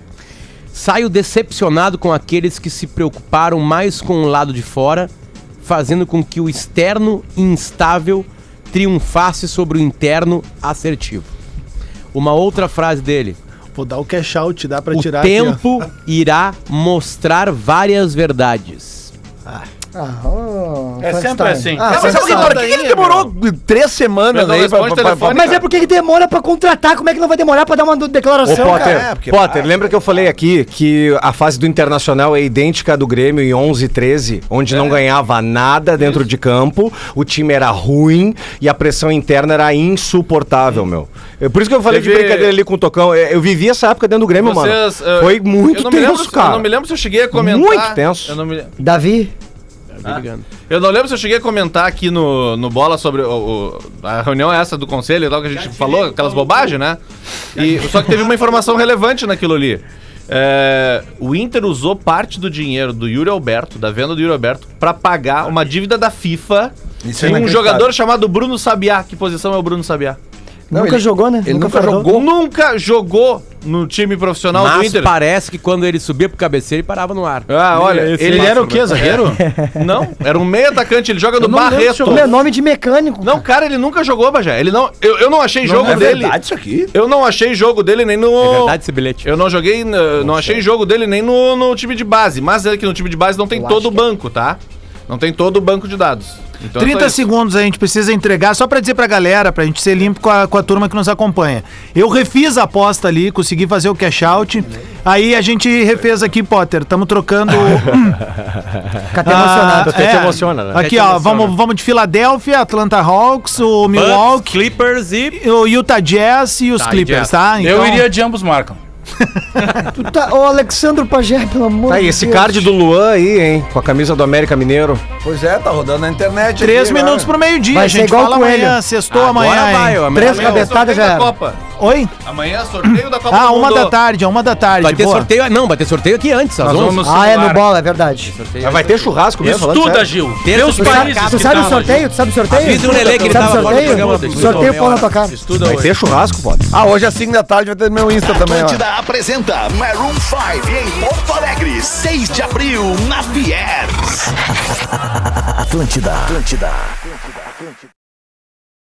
[SPEAKER 8] Saio decepcionado com aqueles que se preocuparam mais com o lado de fora, fazendo com que o externo instável triunfasse sobre o interno assertivo. Uma outra frase dele.
[SPEAKER 2] Vou dar o cash out, dá pra
[SPEAKER 8] O
[SPEAKER 2] tirar aqui, ó.
[SPEAKER 8] tempo irá mostrar várias verdades.
[SPEAKER 6] Ah, oh,
[SPEAKER 17] É
[SPEAKER 6] Frankenstein.
[SPEAKER 17] sempre assim.
[SPEAKER 6] Ah,
[SPEAKER 9] Não, mas
[SPEAKER 6] Frankenstein.
[SPEAKER 9] alguém, por que ele demorou três semanas
[SPEAKER 6] Mas não
[SPEAKER 9] aí pra,
[SPEAKER 3] responde
[SPEAKER 9] pra- pra-
[SPEAKER 6] Mas é porque ele demora pra contratar, como é que não vai demorar pra dar uma do-
[SPEAKER 3] Ô,
[SPEAKER 7] é um
[SPEAKER 6] declaração,
[SPEAKER 3] Potter,
[SPEAKER 6] cara?
[SPEAKER 3] Potter lembra que eu falei aqui que a fase do Internacional é idêntica à do Grêmio em 11 e 13, onde
[SPEAKER 7] É.
[SPEAKER 3] não ganhava nada dentro de campo, o time era ruim e a pressão interna era insuportável, meu. É Por isso que eu falei de
[SPEAKER 7] Teve-
[SPEAKER 3] brincadeira ali com o Tocão. É, Eu vivi essa época dentro do Grêmio,
[SPEAKER 7] Vocês,
[SPEAKER 3] mano.
[SPEAKER 7] eh,
[SPEAKER 3] Foi muito
[SPEAKER 7] eu não me
[SPEAKER 3] tenso,
[SPEAKER 7] lembro se-
[SPEAKER 3] cara.
[SPEAKER 7] Eu não me lembro se eu cheguei a comentar.
[SPEAKER 3] Muito tenso.
[SPEAKER 7] Eu não me,
[SPEAKER 6] Davi?
[SPEAKER 7] Ah. Eu não lembro se eu cheguei a comentar aqui no, no Bola sobre o- o- a reunião essa do conselho e tal, que a gente falou, aquelas bobagens, né? E, só que teve uma informação relevante naquilo ali. É, o Inter usou parte do dinheiro do Yuri Alberto, da venda do Yuri Alberto, pra pagar uma dívida da FIFA
[SPEAKER 9] Isso é
[SPEAKER 7] de um
[SPEAKER 9] inacreditável.
[SPEAKER 7] jogador chamado Bruno Sabiá. Que posição é o Bruno Sabiá?
[SPEAKER 9] Não,
[SPEAKER 6] nunca
[SPEAKER 9] ele-
[SPEAKER 6] jogou, né?
[SPEAKER 7] Ele nunca,
[SPEAKER 6] fardou.
[SPEAKER 7] jogou. Nunca jogou no time profissional do
[SPEAKER 8] Mas
[SPEAKER 7] Inter.
[SPEAKER 8] parece que quando ele subia pro cabeceiro, ele parava no ar.
[SPEAKER 7] Ah, olha, ele
[SPEAKER 6] é
[SPEAKER 7] era o quê,
[SPEAKER 8] que
[SPEAKER 7] zagueiro? Não, era um meio atacante, ele joga no
[SPEAKER 6] não lembro
[SPEAKER 7] Barreto.
[SPEAKER 6] se jogou. Ele é nome de mecânico.
[SPEAKER 7] Não, cara, ele nunca jogou, Bajé. Ele não, eu, eu não achei jogo
[SPEAKER 9] é
[SPEAKER 7] dele.
[SPEAKER 9] verdade isso aqui?
[SPEAKER 7] Eu não achei jogo dele nem no. É
[SPEAKER 8] verdade esse bilhete.
[SPEAKER 7] Eu não joguei, eh, não, achei jogo dele nem no, no time de base. Mas é que no time de base não tem todo o banco, tá? Não tem todo o banco de dados. Então é
[SPEAKER 2] 30
[SPEAKER 7] só isso.
[SPEAKER 2] segundos a gente precisa entregar, só pra dizer pra galera, pra gente ser limpo com a, com a turma que nos acompanha. Eu refiz a aposta ali, consegui fazer o cash out. Aí a gente refez aqui, Potter. Estamos trocando.
[SPEAKER 6] Fica até
[SPEAKER 2] Ah,
[SPEAKER 6] emocionado.
[SPEAKER 2] é.
[SPEAKER 7] né?
[SPEAKER 2] Aqui, ó, vamos, vamos de Filadélfia, Atlanta Hawks, o Milwaukee,
[SPEAKER 8] Clippers e...
[SPEAKER 2] o Utah Jazz e os
[SPEAKER 17] Tá,
[SPEAKER 2] Clippers,
[SPEAKER 17] idiota.
[SPEAKER 2] tá?
[SPEAKER 17] Eu iria de ambos marcam.
[SPEAKER 6] Tu tá, ô, Alexandro Pajé, pelo amor
[SPEAKER 3] Tá aí, esse card do Luan aí, hein? Com a camisa do América Mineiro.
[SPEAKER 9] Pois é, tá rodando na internet.
[SPEAKER 2] Três
[SPEAKER 9] aqui,
[SPEAKER 2] minutos
[SPEAKER 9] né?
[SPEAKER 2] pro meio-dia,
[SPEAKER 9] Vai
[SPEAKER 2] a
[SPEAKER 9] ser
[SPEAKER 2] gente
[SPEAKER 9] igual
[SPEAKER 2] fala
[SPEAKER 9] o Coelho.
[SPEAKER 2] amanhã, sextou
[SPEAKER 9] Agora
[SPEAKER 2] amanhã.
[SPEAKER 9] vai,
[SPEAKER 2] hein?
[SPEAKER 9] ó, amanhã
[SPEAKER 7] Amanhã
[SPEAKER 6] Três
[SPEAKER 7] é o
[SPEAKER 6] cabeçadas
[SPEAKER 7] sorteio
[SPEAKER 6] já
[SPEAKER 7] da
[SPEAKER 6] era.
[SPEAKER 7] Copa.
[SPEAKER 2] Oi?
[SPEAKER 7] Amanhã é sorteio da Copa
[SPEAKER 2] Ah,
[SPEAKER 7] do
[SPEAKER 2] uma
[SPEAKER 7] Mundo.
[SPEAKER 2] da tarde, é uma da tarde.
[SPEAKER 8] Vai ter
[SPEAKER 2] boa.
[SPEAKER 8] sorteio... Não, vai ter sorteio aqui antes, às
[SPEAKER 7] Nós
[SPEAKER 8] 11.
[SPEAKER 7] vamos
[SPEAKER 6] Ah, é
[SPEAKER 7] no
[SPEAKER 6] no
[SPEAKER 7] ar.
[SPEAKER 6] bola, é verdade.
[SPEAKER 3] Mas vai ter churrasco mesmo, falando
[SPEAKER 17] Estuda,
[SPEAKER 3] sério?
[SPEAKER 17] Gil.
[SPEAKER 8] Terça
[SPEAKER 17] Meus
[SPEAKER 8] que
[SPEAKER 17] países.
[SPEAKER 8] tá-
[SPEAKER 6] Tu
[SPEAKER 17] que
[SPEAKER 6] sabe o
[SPEAKER 17] tava,
[SPEAKER 6] sorteio? Tu sabe o sorteio?
[SPEAKER 8] Avisa o Lelê que
[SPEAKER 6] Sabe o
[SPEAKER 8] ele tava fora do
[SPEAKER 6] sorteio?
[SPEAKER 8] programa ontem.
[SPEAKER 6] Sorteio pau na tua cara.
[SPEAKER 17] Gil. Estuda
[SPEAKER 3] Vai
[SPEAKER 17] hoje.
[SPEAKER 3] ter churrasco, pô.
[SPEAKER 9] Ah, hoje às 5 da tarde vai ter no meu Insta também, ó.
[SPEAKER 10] Atlântida apresenta Maroon 5 em Porto Alegre, 6 de abril, na Fiers. Atlântida. Atlântida.